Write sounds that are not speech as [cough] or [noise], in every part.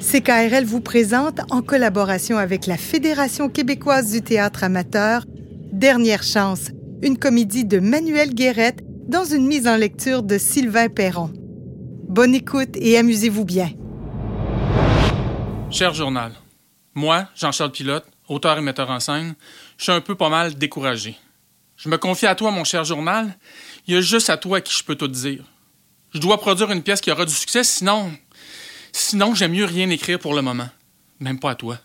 CKRL vous présente, en collaboration avec la Fédération québécoise du théâtre amateur, Dernière chance, une comédie de Manuel Guérette dans une mise en lecture de Sylvain Perron. Bonne écoute et amusez-vous bien. Cher journal, moi, Jean-Charles Pilote, auteur et metteur en scène, je suis un peu pas mal découragé. Je me confie à toi, mon cher journal. Il y a juste à toi qui je peux tout dire. Je dois produire une pièce qui aura du succès, sinon. Sinon, j'aime mieux rien écrire pour le moment. Même pas à toi.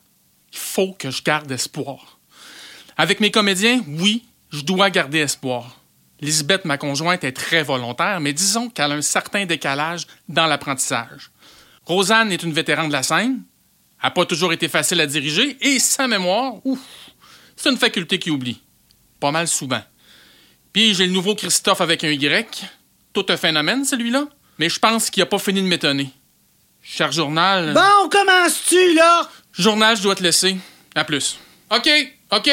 Il faut que je garde espoir. Avec mes comédiens, oui, je dois garder espoir. Lisbeth, ma conjointe, est très volontaire, mais disons qu'elle a un certain décalage dans l'apprentissage. Rosanne est une vétérane de la scène, n'a pas toujours été facile à diriger et sa mémoire, ouf, c'est une faculté qui oublie. Pas mal souvent. Puis j'ai le nouveau Christophe avec un Y. Tout un phénomène, celui-là. Mais je pense qu'il n'a pas fini de m'étonner. Cher journal. Bon, commences-tu, là? Journal, je dois te laisser. À plus. OK, OK.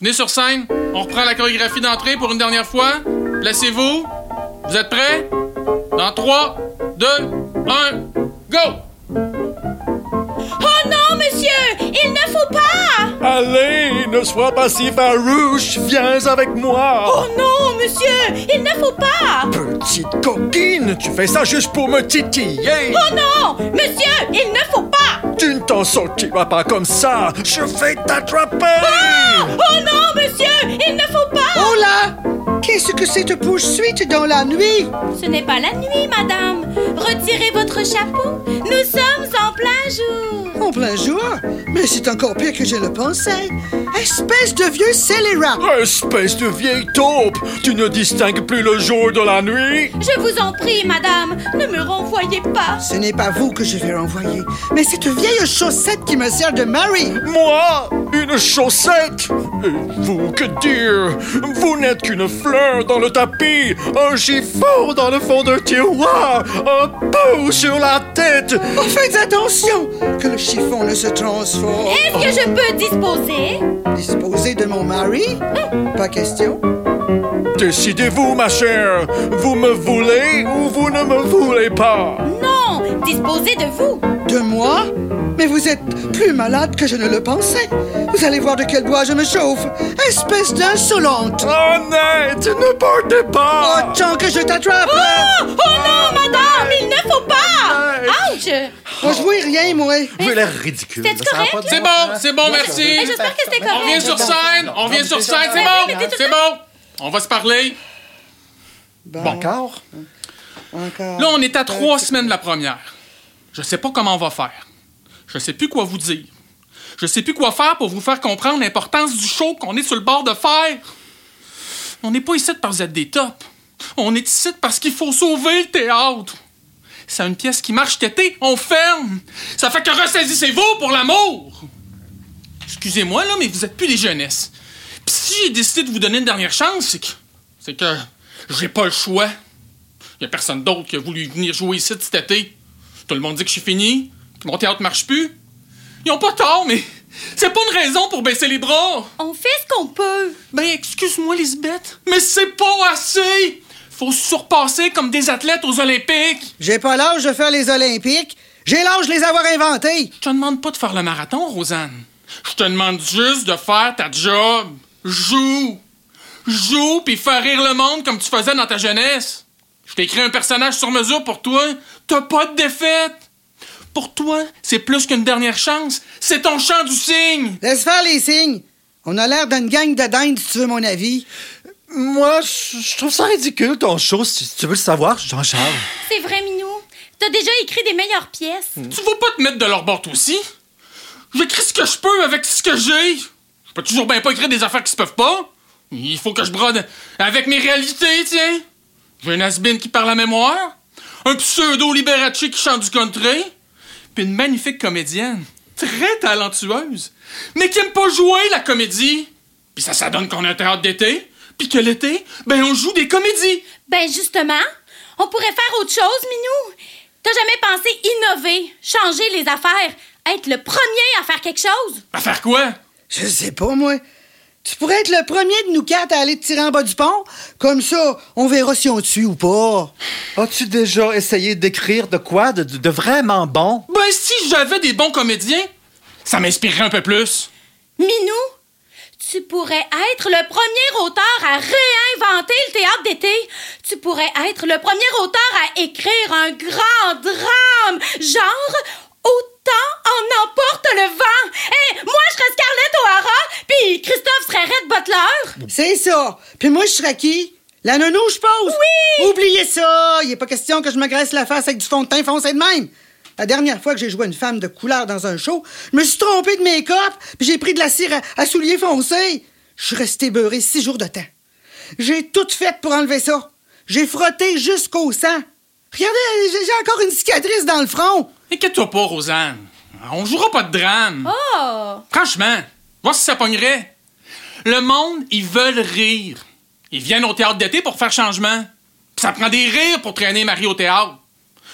Venez sur scène. On reprend la chorégraphie d'entrée pour une dernière fois. Placez-vous. Vous êtes prêts? Dans 3, 2, 1, go! Oh non, monsieur! Il ne faut pas! Allez, ne sois pas si farouche, viens avec moi. Oh non, monsieur! Il ne faut pas! Petite coquine, tu fais ça juste pour me titiller. Oh non! Monsieur, il ne faut pas! Tu ne t'en sortiras pas comme ça, je vais t'attraper. Oh non, monsieur! Il ne faut pas! Oh là! Qu'est-ce que cette poursuite dans la nuit? Ce n'est pas la nuit, madame. Retirez votre chapeau. Nous sommes en plein jour. En plein jour? Mais c'est encore pire que je le pensais. Espèce de vieux scélérat! Espèce de vieille taupe, tu ne distingues plus le jour de la nuit. Je vous en prie, madame, ne me renvoyez pas. Ce n'est pas vous que je vais renvoyer, mais cette vieille chaussette qui me sert de mari. Moi, une chaussette. Et vous, que dire Vous n'êtes qu'une fleur dans le tapis, un chiffon dans le fond d'un tiroir, un pot sur la tête. Oh, faites attention que le chiffon ne se transforme. Est-ce que je peux disposer? Disposer de mon mari? Pas question. Décidez-vous, ma chère. Vous me voulez ou vous ne me voulez pas Non, disposer de vous. De moi? Mais vous êtes plus malade que je ne le pensais. Vous allez voir de quel bois je me chauffe. Espèce d'insolente. Honnête, ne partez pas. Autant que je t'attrape. Oh, oh non, madame, il ne faut pas. Ouch! Moi, je vois rien, moi. Vous avez l'air ridicule. C'était-tu Ça a correct, pas de là? C'est bon, c'est bon, merci. Mais j'espère que c'était correct. On revient sur scène, on revient sur scène, c'est mais bon, t'es tout c'est bon. On va se parler. Bon, Encore? encore. Là, on est à trois semaines de la première. Je sais pas comment on va faire. Je sais plus quoi vous dire. Je sais plus quoi faire pour vous faire comprendre l'importance du show qu'on est sur le bord de faire. On n'est pas ici parce que vous êtes des tops. On est ici parce qu'il faut sauver le théâtre. C'est une pièce qui marche tété, on ferme. Ça fait que ressaisissez-vous pour l'amour. Excusez-moi, là, mais vous êtes plus des jeunesses. Puis si j'ai décidé de vous donner une dernière chance, c'est que... C'est que j'ai pas le choix. Il a personne d'autre qui a voulu venir jouer ici cet été. Tout le monde dit que je suis fini, que mon théâtre marche plus. Ils ont pas tort, mais c'est pas une raison pour baisser les bras. On fait ce qu'on peut. Ben, excuse-moi, Lisbeth, mais c'est pas assez. Faut se surpasser comme des athlètes aux Olympiques. J'ai pas l'âge de faire les Olympiques. J'ai l'âge de les avoir inventés. Je te demande pas de faire le marathon, Rosanne. Je te demande juste de faire ta job. Joue. Joue puis fais rire le monde comme tu faisais dans ta jeunesse. Je t'ai créé un personnage sur mesure pour toi. T'as pas de défaite. Pour toi, c'est plus qu'une dernière chance. C'est ton chant du signe. Laisse faire les signes. On a l'air d'une gang de dindes, si tu veux mon avis. Moi, je je trouve ça ridicule ton show, si tu veux le savoir, Jean-Charles. C'est vrai, Minou. T'as déjà écrit des meilleures pièces. Tu vas pas te mettre de leur bord toi aussi. J'écris ce que je peux avec ce que j'ai. Je peux toujours bien pas écrire des affaires qui se peuvent pas. Il faut que je brode avec mes réalités, tiens. J'ai un has-been qui parle à mémoire, un pseudo-liberace qui chante du country, puis une magnifique comédienne, très talentueuse, mais qui aime pas jouer la comédie. Puis ça, ça donne qu'on a un théâtre d'été, puis que l'été, ben on joue des comédies. Ben justement, on pourrait faire autre chose, Minou. T'as jamais pensé innover, changer les affaires, être le premier à faire quelque chose? À faire quoi? Je sais pas, moi. Tu pourrais être le premier de nous quatre à aller te tirer en bas du pont. Comme ça, on verra si on te suit ou pas. As-tu déjà essayé d'écrire de quoi de, de vraiment bon? Ben, si j'avais des bons comédiens, ça m'inspirerait un peu plus. Minou, tu pourrais être le premier auteur à réinventer le théâtre d'été. Tu pourrais être le premier auteur à écrire un grand drame, genre Autant en emporte le vent. Hé, moi, je serais Scarlett O'Hara, puis Christophe serait Red Butler. C'est ça. Puis moi, je serais qui? La nounou, je pose. Oui! Oubliez ça! Il n'est pas question que je me graisse la face avec du fond de teint foncé de même. La dernière fois que j'ai joué une femme de couleur dans un show, je me suis trompée de make-up, puis j'ai pris de la cire à, à souliers foncés. Je suis restée beurrée six jours de temps. J'ai tout fait pour enlever ça. J'ai frotté jusqu'au sang. Regardez, j'ai j'ai encore une cicatrice dans le front. Inquiète-toi pas, Rosanne. On jouera pas de drame. Oh! Franchement, voir si ça pognerait. Le monde, ils veulent rire. Ils viennent au théâtre d'été pour faire changement. Puis ça prend des rires pour traîner Marie au théâtre.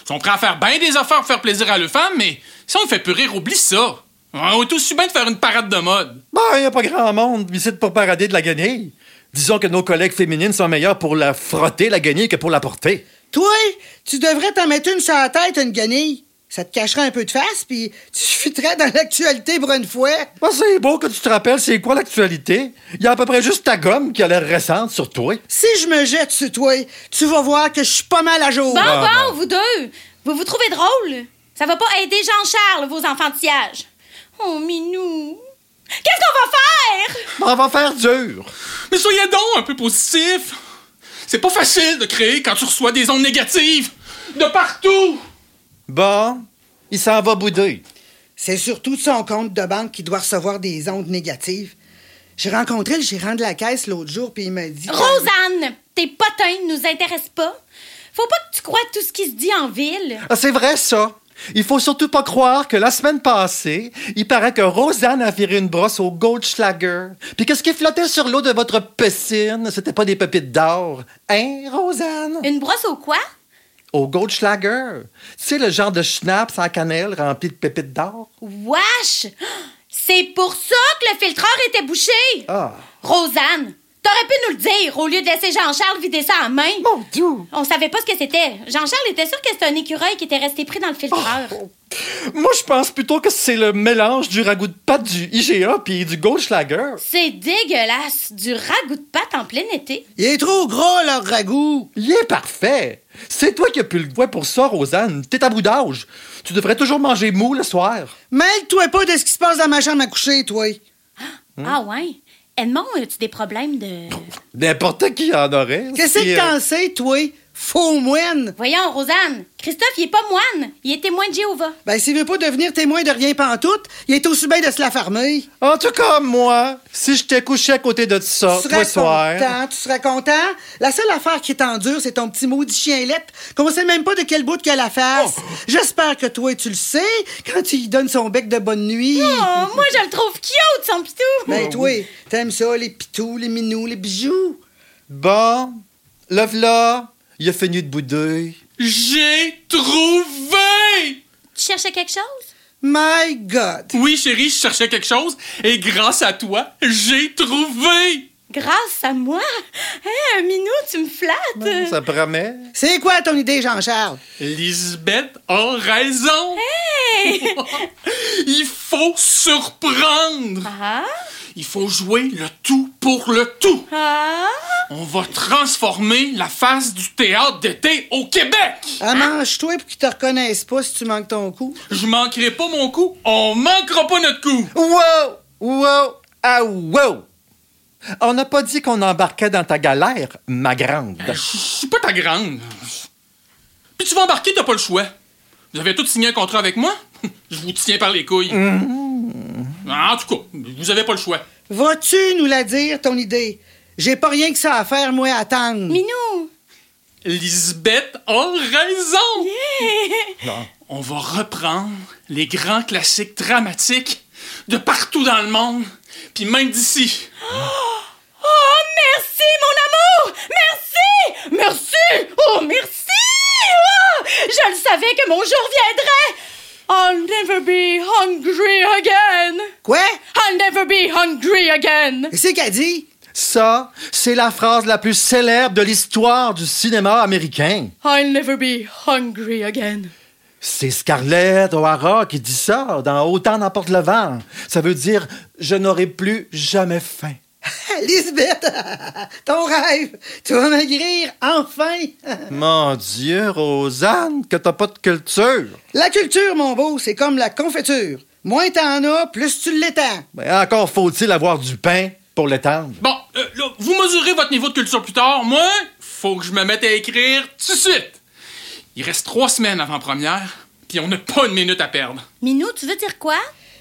Ils sont prêts à faire bien des affaires pour faire plaisir à leurs femmes, mais si on ne fait plus rire, oublie ça. On est aussi bien de faire une parade de mode. Ben, il n'y a pas grand monde ici pour parader de la guenille. Disons que nos collègues féminines sont meilleures pour la frotter, la guenille, que pour la porter. Toi, tu devrais t'en mettre une sur la tête, une guenille. Ça te cacherait un peu de face, puis tu [laughs] fitterais dans l'actualité pour une fois. Ben, c'est beau que tu te rappelles c'est quoi l'actualité. Il y a à peu près juste ta gomme qui a l'air récente sur toi. Si je me jette sur toi, tu vas voir que je suis pas mal à jour. Bon, bon, vous deux, vous vous trouvez drôle? Ça va pas aider Jean-Charles, vos enfantillages. Oh, Minou! Qu'est-ce qu'on va faire? On va faire dur. Mais soyez donc un peu positif. C'est pas facile de créer quand tu reçois des ondes négatives de partout. Bon, Bah, il s'en va bouder. C'est surtout de son compte de banque qui doit recevoir des ondes négatives. J'ai rencontré le gérant de la caisse l'autre jour, puis il m'a dit... Rosanne, tes potins ne nous intéressent pas. Faut pas que tu crois tout ce qui se dit en ville. Ah, c'est vrai, ça. Il faut surtout pas croire que la semaine passée, il paraît que Rosanne a viré une brosse au Goldschlager. Puis que ce qui flottait sur l'eau de votre piscine, c'était pas des pépites d'or. Hein, Rosanne? Une brosse au quoi? Au Goldschlager. Tu sais, le genre de schnapps en cannelle rempli de pépites d'or? Wesh! C'est pour ça que le filtreur était bouché! Ah. Rosanne, t'aurais pu nous le dire au lieu de laisser Jean-Charles vider ça à main. Mon Dieu! On savait pas ce que c'était. Jean-Charles était sûr que c'était un écureuil qui était resté pris dans Oh, le filtreur. Moi, je pense plutôt que c'est le mélange du ragoût de pâte du IGA puis du Goldschlager. C'est dégueulasse, du ragoût de pâte en plein été. Il est trop gros, leur ragoût. Il est parfait. C'est toi qui as pu le goût pour ça, Rosanne. T'es à bout d'âge. Tu devrais toujours manger mou le soir. Mêle-toi pas de ce qui se passe dans ma chambre à coucher, toi. Ah ouais? Edmond, as-tu des problèmes de... N'importe qui en aurait. Qu'est-ce Si, que euh, t'en sais, toi? Faux moine! Voyons, Rosanne, Christophe, il est pas moine, il est témoin de Jéhovah. Ben, s'il veut pas devenir témoin de rien pantoute, il est aussi bien de se la farmer. En tout cas, moi, si je t'ai couché à côté de ça, tu Ah, toi serais soir. content, tu serais content. La seule affaire qui t'endure, c'est ton petit maudit chien lettre qu'on sait même pas de quel bout qu'elle la face. Oh. J'espère que toi, tu le sais, quand tu lui donnes son bec de bonne nuit. [laughs] Oh, moi, je le trouve cute, son pitou! Ben, toi, t'aimes ça, les pitous, les minous, les bijoux. Bon, le v'là, il a fini de bouder. J'ai trouvé! Tu cherchais quelque chose? My God! Oui, chérie, je cherchais quelque chose et grâce à toi, j'ai trouvé! Grâce à moi? Hein, Minou, tu me flattes! Ça promet. C'est quoi ton idée, Jean-Charles? Lisbeth a raison! [laughs] Il faut surprendre! Ah? Il faut jouer le tout pour le tout! Ah? On va transformer la face du théâtre d'été au Québec! Hein? Ah, mange-toi pour qu'ils te reconnaissent pas si tu manques ton coup. Je manquerai pas mon coup, on manquera pas notre coup! Wow! Wow! Ah, wow! On n'a pas dit qu'on embarquait dans ta galère, ma grande. Je suis pas ta grande. Puis tu vas embarquer, t'as pas le choix. Vous avez tous signé un contrat avec moi? [laughs] Je vous tiens par les couilles. En tout cas, vous avez pas le choix. Vas-tu nous la dire, ton idée? J'ai pas rien que ça à faire, moi, à [laughs] attendre. Minou! Lisbeth a raison! On va reprendre les grands classiques dramatiques de partout dans le monde, puis même d'ici. Oh, merci, mon amour! Merci! Merci! Oh, merci! Oh! Je le savais que mon jour viendrait! I'll never be hungry again! Quoi? I'll never be hungry again. Et c'est qu'elle dit? Ça, c'est la phrase la plus célèbre de l'histoire du cinéma américain. I'll never be hungry again. C'est Scarlett O'Hara qui dit ça dans Autant n'importe le vent. Ça veut dire Je n'aurai plus jamais faim. Lisbeth, [laughs] ton rêve, tu vas maigrir enfin. [laughs] Mon Dieu, Rosanne, que t'as pas de culture. La culture, mon beau, c'est comme la confiture. Moins t'en as, plus tu l'étends. Mais encore faut-il avoir du pain pour l'étendre. Bon, euh, là, vous mesurez votre niveau de culture plus tard. Moi, faut que je me mette à écrire tout de suite. Il reste trois semaines avant première, puis on n'a pas une minute à perdre. Minou, tu veux dire quoi?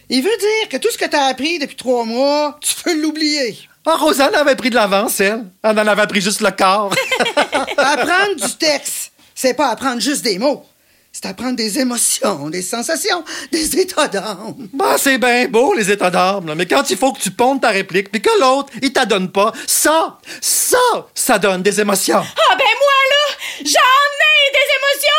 Il veut dire que tout ce que t'as appris depuis trois mois, tu peux l'oublier. Ah, Rosanne avait pris de l'avance, elle. Elle en avait pris juste le quart. Apprendre du texte, c'est pas apprendre juste des mots. C'est apprendre des émotions, des sensations, des états d'âme. Bah, c'est bien beau, les états d'âme, là, mais quand il faut que tu pondes ta réplique, puis que l'autre, il t'adonne pas, ça, ça, ça donne des émotions. Ah ben moi là, j'en ai des émotions.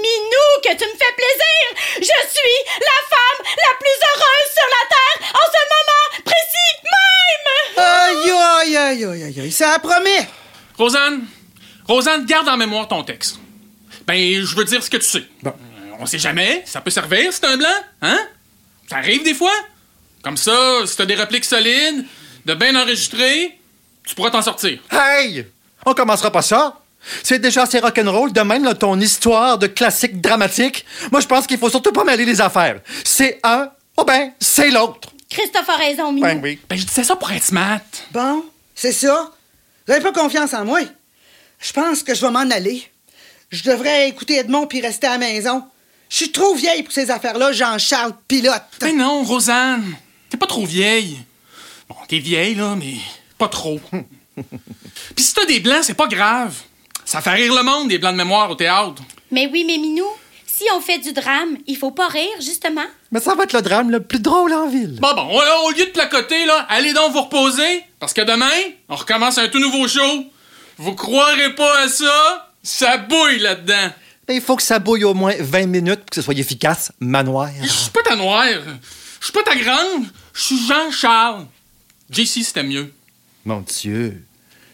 Minou, que tu me fais plaisir. Je suis la femme la plus heureuse sur la terre en ce moment précis même. Aïe, aïe, aïe, aïe, aïe, aïe, ça promet. Rosanne, Rosanne, garde en mémoire ton texte. Ben, je veux dire ce que tu sais. Euh, On sait jamais, ça peut servir, c'est un blanc, hein? Ça arrive des fois. Comme ça, si t'as des répliques solides, de bien enregistrées, tu pourras t'en sortir. Hey! On commencera pas ça. C'est déjà assez rock'n'roll. De même, là, ton histoire de classique dramatique. Moi, je pense qu'il faut surtout pas mêler les affaires. C'est un, oh ben, c'est l'autre. Christophe a raison, Minou. Ben oui. Ben, je disais ça pour être smart. Bon, c'est ça. Vous avez pas confiance en moi? Je pense que je vais m'en aller. Je devrais écouter Edmond puis rester à la maison. Je suis trop vieille pour ces affaires-là, Jean-Charles Pilote. Ben non, Rosanne, t'es pas trop vieille. Bon, t'es vieille, là, mais pas trop. Puis si t'as des blancs, c'est pas grave. Ça fait rire le monde, des blancs de mémoire au théâtre. Mais oui, mais Minou, si on fait du drame, il faut pas rire, justement. Mais ça va être le drame le plus drôle en ville. Bon, bon, on- au lieu de placoter, là, allez donc vous reposer, parce que demain, on recommence un tout nouveau show. Vous croirez pas à ça? Ça bouille là-dedans. Mais Ben, il faut que ça bouille au moins 20 minutes pour que ce soit efficace, manoir. Je suis pas ta noire, je suis pas ta grande, je suis Jean-Charles. JC, c'était mieux. Mon Dieu.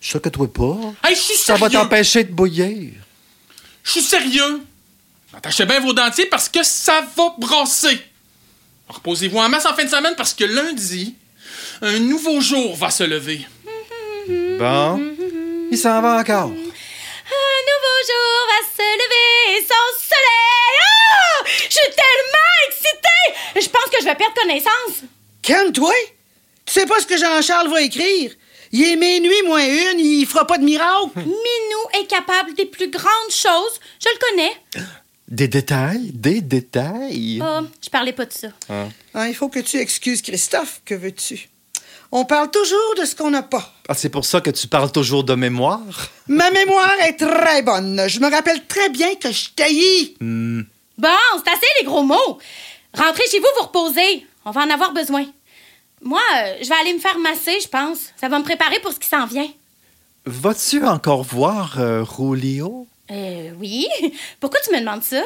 Je que toi pas. Hey, je suis Ça va sérieux. t'empêcher de bouillir. Je suis sérieux. Attachez bien vos dentiers parce que ça va brasser. Reposez-vous en masse en fin de semaine parce que lundi, un nouveau jour va se lever. Bon. Il s'en va encore. Un nouveau jour va se lever sans soleil. Ah! Je suis tellement excitée! Je pense que je vais perdre connaissance. Calme-toi! Tu sais pas ce que Jean-Charles va écrire? Il est minuit moins une, il fera pas de miracle! Minou est capable des plus grandes choses. Je le connais. Des détails, des détails. Oh, je parlais pas de ça. Hein, il faut que tu excuses Christophe, que veux-tu? On parle toujours de ce qu'on n'a pas. Ah, c'est pour ça que tu parles toujours de mémoire. Ma mémoire est très bonne. Je me rappelle très bien que je taillis. Bon, c'est assez les gros mots. Rentrez chez vous, vous reposez. On va en avoir besoin. Moi, euh, je vais aller me faire masser, je pense. Ça va me préparer pour ce qui s'en vient. Vas-tu encore voir euh, Roulio? Euh, oui. Pourquoi tu me demandes ça?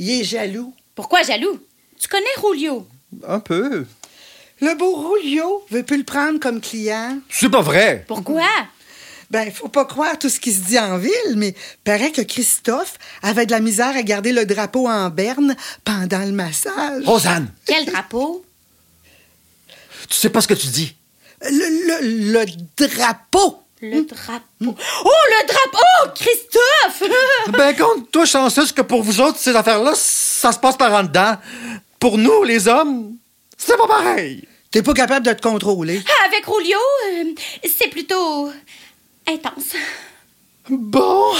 Il est jaloux. Pourquoi jaloux? Tu connais Roulio? Un peu. Le beau Roulio veut plus le prendre comme client. C'est pas vrai. Pourquoi? Ben, faut pas croire tout ce qui se dit en ville, mais paraît que Christophe avait de la misère à garder le drapeau en berne pendant le massage. Rosanne, Quel drapeau? tu sais pas ce que tu dis. Le- le- le drapeau! Le drapeau. Oh, le drapeau! Oh, Christophe! [laughs] Ben, compte toi chanceuse que pour vous autres, ces affaires-là, ça se passe par en dedans. Pour nous, les hommes, c'est pas pareil. T'es pas capable de te contrôler. Avec Roulio, euh, c'est plutôt intense. Bon,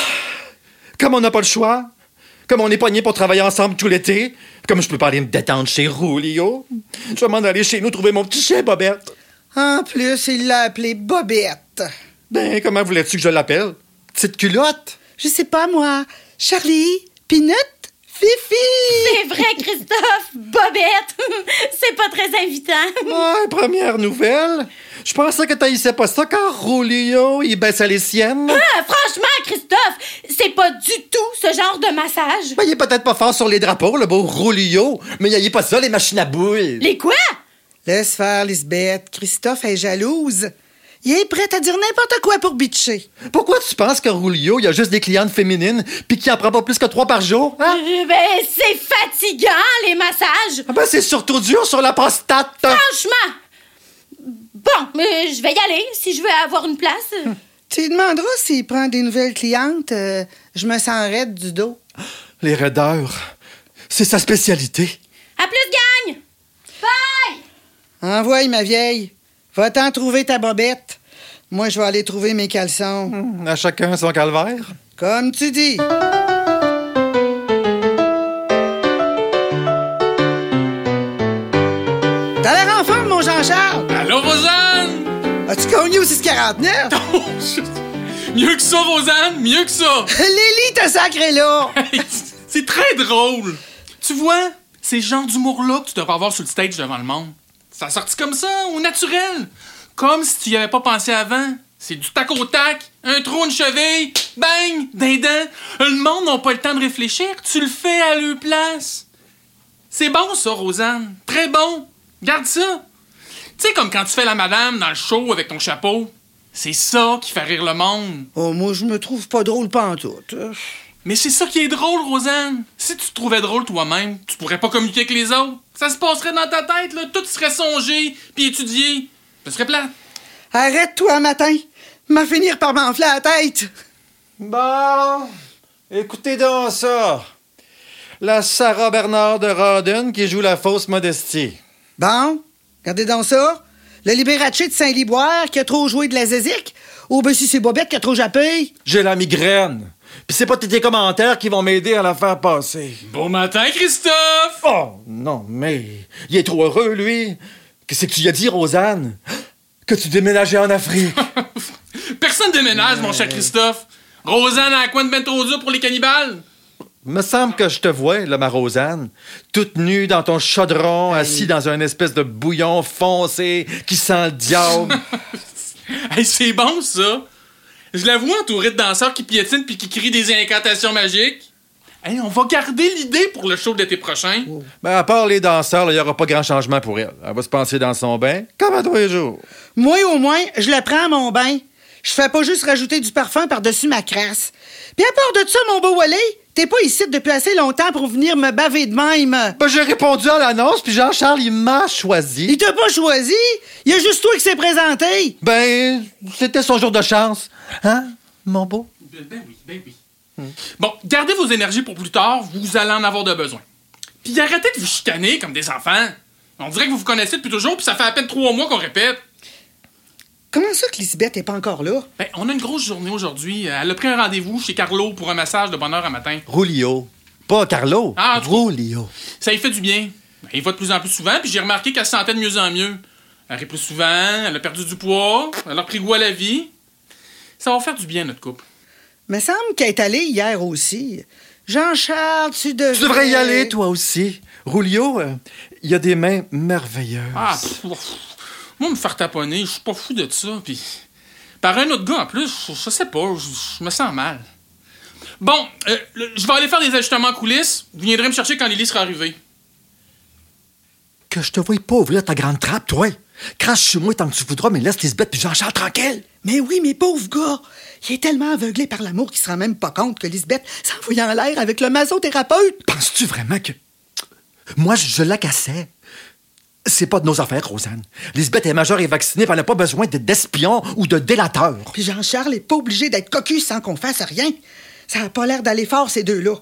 comme on n'a pas le choix, comme on est poignés pour travailler ensemble tout l'été, comme je peux pas aller me détendre chez Roulio, je vais m'en aller chez nous trouver mon petit chien Bobette. En plus, il l'a appelé Bobette. Ben, comment voulais-tu que je l'appelle? Petite culotte? Je sais pas, moi. Charlie, Peanut, Fifi. C'est vrai, Christophe! Bobette! [laughs] c'est pas très invitant. Ouais, première nouvelle. Je pensais que t'haïssais pas ça quand Roulio, il baissait les siennes. Ah, franchement, Christophe, c'est pas du tout ce genre de massage. Ben, il est peut-être pas fort sur les drapeaux, le beau Roulio, mais il est pas ça, les machines à boules. Les quoi? Laisse faire, Lisbeth. Christophe est jalouse. Il est prêt à dire n'importe quoi pour bitcher. Pourquoi tu penses que Rulio, il y a juste des clientes féminines, puis qu'il en prend pas plus que trois par jour? Hein? Euh, ben, c'est fatigant, les massages. Ah Ben, c'est surtout dur sur la prostate. Franchement. Bon, mais je vais y aller si je veux avoir une place. Tu lui demanderas s'il prend des nouvelles clientes. euh, je me sens raide du dos. Les raideurs, c'est sa spécialité. À plus, gagne! Bye! Envoie, ma vieille. Va-t'en trouver ta bobette. Moi, je vais aller trouver mes caleçons. À chacun son calvaire. Comme tu dis. T'as l'air en forme, mon Jean-Charles. Allô, Rosanne! As-tu cogné au 649? Oh, je- mieux que ça, Rosanne! Mieux que ça! [laughs] Lily, t'as sacré là. Hey, c'est très drôle! Tu vois, ces gens d'humour-là que tu devrais avoir sur le stage devant le monde, ça a sorti comme ça, au naturel! Comme si tu y avais pas pensé avant. C'est du tac au tac, un trou, une cheville, bang, dindin. Le monde n'a pas le temps de réfléchir, tu le fais à leur place. C'est bon ça, Rosanne. Très bon. Garde ça. Tu sais, comme quand tu fais la madame dans le show avec ton chapeau. C'est ça qui fait rire le monde. Oh, moi, je me trouve pas drôle pantoute. Mais c'est ça qui est drôle, Rosanne. Si tu te trouvais drôle toi-même, tu pourrais pas communiquer avec les autres. Ça se passerait dans ta tête, là. Tout serait songé, puis étudié. Ce serait plat. Arrête-toi un matin. M'a finir par m'enfler la tête. Bon, écoutez donc ça. La Sarah Bernard de Rodden qui joue la fausse modestie. Bon, regardez donc ça. Le Liberace de Saint-Liboire qui a trop joué de la zézique. Ou ben si c'est Bobette qui a trop jappé. J'ai la migraine. Puis c'est pas tes commentaires qui vont m'aider à la faire passer. Bon matin, Christophe! Oh non, mais il est trop heureux, lui. Qu'est-ce que tu lui as dit, Rosanne? Que tu déménageais en Afrique. Personne déménage, mon cher Christophe. Rosanne à la coin de ben trop dur pour les cannibales. [laughs] Me semble que je te vois, là, ma Rosanne, toute nue dans ton chaudron, assis dans un espèce de bouillon foncé qui sent le [laughs] diable. Hey, c'est bon, ça. Je la vois entourée de danseurs qui piétinent puis qui crient des incantations magiques. Hey, on va garder l'idée pour le show d'été prochain. Ben, à part les danseurs, il n'y aura pas grand changement pour elle. Elle va se penser dans son bain, comme à tous les jours. Moi, au moins, je le prends à mon bain. Je fais pas juste rajouter du parfum par-dessus ma crasse. Puis à part de ça, mon beau Wally, t'es pas ici depuis assez longtemps pour venir me baver de même. Ben, j'ai répondu à l'annonce, puis Jean-Charles, il m'a Il choisi. t'a pas choisi. Il y a juste toi qui s'est présenté. Ben, c'était son jour de chance. Hein, mon beau? Ben, ben oui, ben oui. Bon, gardez vos énergies pour plus tard, vous allez en avoir de besoin. Puis arrêtez de vous chicaner comme des enfants. On dirait que vous vous connaissez depuis toujours, puis ça fait à peine trois mois qu'on répète. Comment ça que Lisbeth est pas encore là? Ben, on a une grosse journée aujourd'hui. Euh, Elle a pris un rendez-vous chez Carlo pour un massage de bonne heure à matin. Rulio. Pas Carlo. Ah, en tout cas. Rulio. Ça lui fait du bien. Ben, Il va de plus en plus souvent, puis j'ai remarqué qu'elle se sentait de mieux en mieux. Elle rit plus souvent, elle a perdu du poids, elle a pris goût à la vie. Ça va faire du bien, notre couple. Me semble qu'elle est allée hier aussi. Jean-Charles, tu devrais... Tu devrais y aller, toi aussi. Rulio, euh, il y a des mains merveilleuses. Ah, pff, pff. moi, me faire taponner, je suis pas fou de ça, puis par un autre gars en plus, je- je sais pas, je- je me sens mal. Bon, euh, le- je vais aller faire des ajustements en coulisses. Vous viendrez me chercher quand Lily sera arrivée. Que je te voie pas ouvrir ta grande trappe, toi. Crache sur moi tant que tu voudras, mais laisse Lisbeth puis Jean-Charles tranquille. Mais oui, mes pauvres gars! Il est tellement aveuglé par l'amour qu'il se rend même pas compte que Lisbeth s'envoyait en l'air avec le masothérapeute. Penses-tu vraiment que. Moi, je, je la cassais. C'est pas de nos affaires, Rosanne. Lisbeth est majeure et vaccinée, puis elle n'a pas besoin d'être d'espion ou de délateur. Puis Jean-Charles est pas obligé d'être cocu sans qu'on fasse rien. Ça a pas l'air d'aller fort, ces deux-là.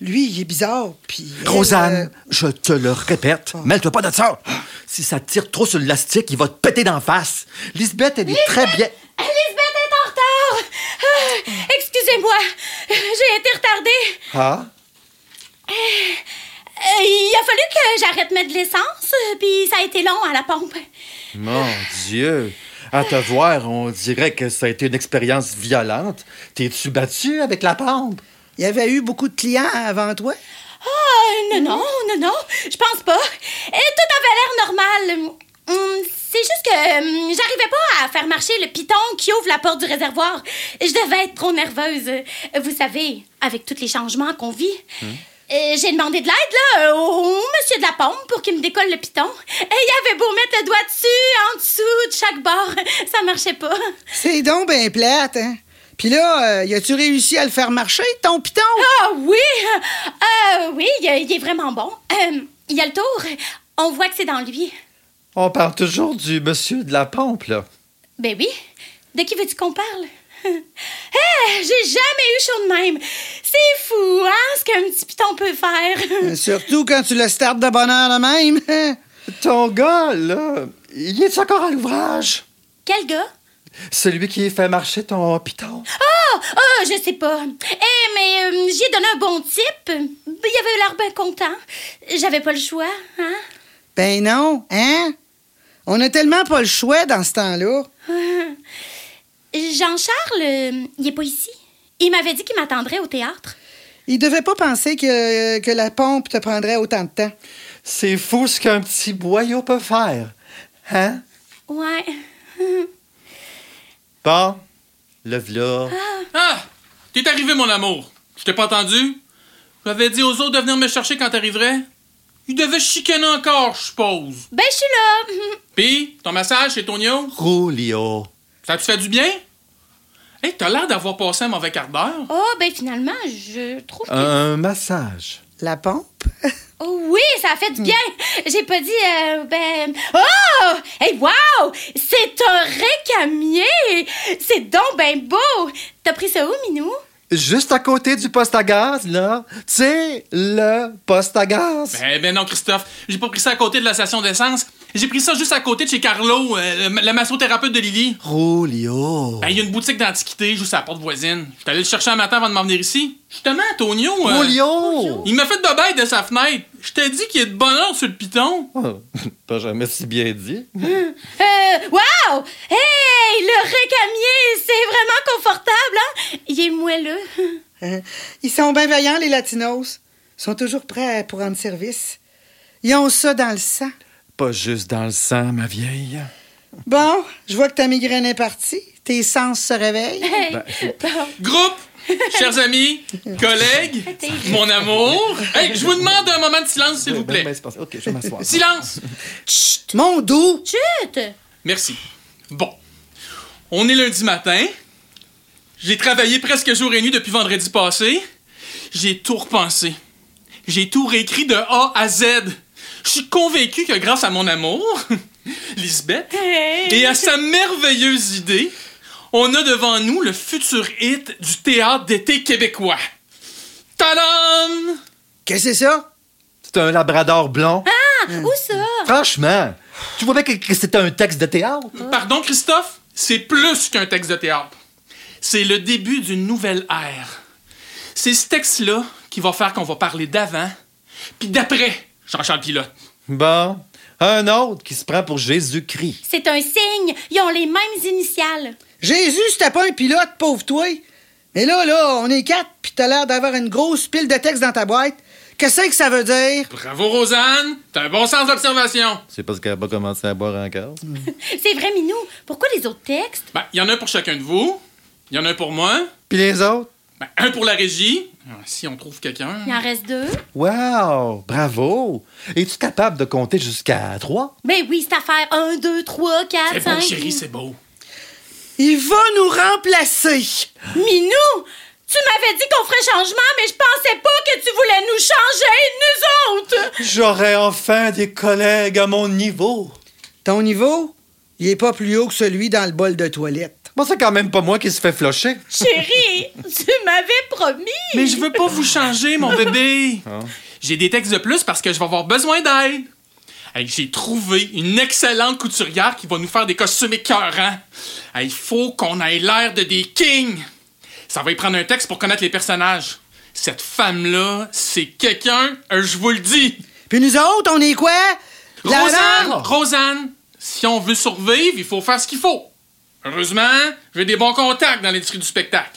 Lui, il est bizarre, puis... elle, Rosanne, euh, je te le répète, mêle-toi pas de ça. Si ça tire trop sur l'élastique, il va te péter d'en face. Lisbeth, elle est très bien. Lisbeth est en retard! Ah, Excusez-moi, j'ai été retardée. Ah? Euh, Il a fallu que j'arrête de mettre de l'essence, puis ça a été long à la pompe. Mon Dieu. À te voir, on dirait que ça a été une expérience violente. T'es-tu battu avec la pompe? Il y avait eu beaucoup de clients avant toi. Ah, non, non, non, non, je pense pas. Et tout avait l'air normal. Hum, C'est juste que hum, j'arrivais pas à faire marcher le piton qui ouvre la porte du réservoir. Je devais être trop nerveuse. Vous savez, avec tous les changements qu'on vit. Euh, J'ai demandé de l'aide, là, euh, au au monsieur de la pompe pour qu'il me décolle le piton. Et il avait beau mettre le doigt dessus, en dessous, de chaque bord, [laughs] ça marchait pas. C'est donc ben plate, hein? Puis là, euh, y a-tu réussi à le faire marcher, ton piton? Ah oui! Euh, oui, il est- il est vraiment bon. Euh, Il a le tour. On voit que c'est dans lui. On parle toujours du monsieur de la pompe, là. Ben oui. De qui veux-tu qu'on parle? [laughs] Eh, j'ai jamais eu chaud de même. C'est fou, hein, ce qu'un petit piton peut faire. [laughs] Surtout quand tu le startes de bonne heure de même. hein? Ton gars, là, il est encore à l'ouvrage. Quel gars? Celui qui fait marcher ton piton. Ah, ah, je sais pas. Eh, mais euh, j'y ai donné un bon type. Il avait l'air bien content. J'avais pas le choix, hein? Ben non, hein? On a tellement pas le choix dans ce temps-là. Jean-Charles, euh, il est pas ici. Il m'avait dit qu'il m'attendrait au théâtre. Il devait pas penser que, que la pompe te prendrait autant de temps. C'est fou ce qu'un petit boyau peut faire. Hein? Ouais. Bon, le v'là. Ah! T'es arrivé, mon amour. Je t'ai pas entendu. J'avais dit aux autres de venir me chercher quand t'arriverais. Ils devaient chicaner encore, je suppose. Ben, je suis là. [laughs] Pis, ton massage chez Tonio, Roulio. ça te fait du bien? Hey, t'as l'air d'avoir passé un mauvais quart d'heure. Oh, ben finalement, je trouve que... Un massage. La pompe? Oh oui, ça a fait du bien. J'ai pas dit... euh, ben... Oh! Hey, wow! C'est un récamier! C'est donc ben beau! T'as pris ça où, Minou? Juste à côté du poste à gaz, là. Tu sais, le poste à gaz. Ben, ben non, Christophe, j'ai pas pris ça à côté de la station d'essence. J'ai pris ça juste à côté de chez Carlo, euh, le, le massothérapeute de Lily. Roulio. Ben, il y a une boutique d'antiquité juste à la porte voisine. J'étais allé le chercher un matin avant de m'en venir ici. Justement, Tonio... euh, Roulio. Il m'a fait de bête de sa fenêtre. Je t'ai dit qu'il est de bonheur sur le piton. Oh, Pas jamais si bien dit. Euh, wow! Hey! Le récamier, c'est vraiment confortable, hein? Il est moelleux. Hein? Ils sont bien veillants, les Latinos. Ils sont toujours prêts à- pour rendre service. Ils ont ça dans le sang. Pas juste dans le sang, ma vieille. Bon, je vois que ta migraine est partie. Tes sens se réveillent. Hey! Groupe, chers amis, collègues, mon amour. Hey, je vous demande un moment de silence, s'il vous Ben, ben, plaît. c'est pas- Ok, je vais m'asseoir. Silence. Mon [laughs] doux! Chut! Merci. Bon. On est lundi matin. J'ai travaillé presque jour et nuit depuis vendredi passé. J'ai tout repensé. J'ai tout réécrit de A à Z. Je suis convaincu que grâce à mon amour, [laughs] Lisbeth, et à sa merveilleuse idée, on a devant nous le futur hit du théâtre d'été québécois. Tadam! Qu'est-ce que c'est ça? C'est un labrador blond. Où ça? Franchement, tu vois bien que, que c'est un texte de théâtre. Ah. Pardon, Christophe, c'est plus qu'un texte de théâtre. C'est le début d'une nouvelle ère. C'est ce texte-là qui va faire qu'on va parler d'avant, puis d'après, Jean-Charles Pilote. Bon, un autre qui se prend pour Jésus-Christ. C'est un signe. Ils ont les mêmes initiales. Jésus, c'était pas un pilote, pauvre toi! Mais là, là, on est quatre, puis t'as l'air d'avoir une grosse pile de textes dans ta boîte. Qu'est-ce que ça veut dire? Bravo, Rosanne! T'as un bon sens d'observation. C'est parce qu'elle n'a pas commencé à boire encore. C'est vrai, Minou. Pourquoi les autres textes? Ben, il y en a un pour chacun de vous, il y en a un pour moi, Puis les autres? ben, un pour la régie, Ah, si on trouve quelqu'un. Il en reste deux. Wow! Bravo! Es-tu capable de compter jusqu'à trois? Ben oui, cette affaire. Un, deux, trois, C'est quatre, beau, cinq. chérie, c'est beau. Il va nous remplacer! Minou! Tu m'avais dit qu'on ferait changement, mais je pensais pas que tu voulais nous changer, nous autres! J'aurai enfin des collègues à mon niveau. Ton niveau, il est pas plus haut que celui dans le bol de toilette. Moi, c'est quand même pas moi qui se fait flocher. Chérie, [laughs] tu m'avais promis! Mais je veux pas vous changer, mon bébé. J'ai des textes de plus parce que je vais avoir besoin d'aide. Hey, J'ai trouvé une excellente couturière qui va nous faire des costumes écœurants. Hey, Il faut qu'on ait l'air de des kings. Ça va y prendre un texte pour connaître les personnages. Cette femme-là, c'est quelqu'un, euh, je vous le dis. Puis nous autres, on est quoi? La Rosanne, merde? Rosanne, si on veut survivre, il faut faire ce qu'il faut. Heureusement, j'ai des bons contacts dans l'industrie du spectacle.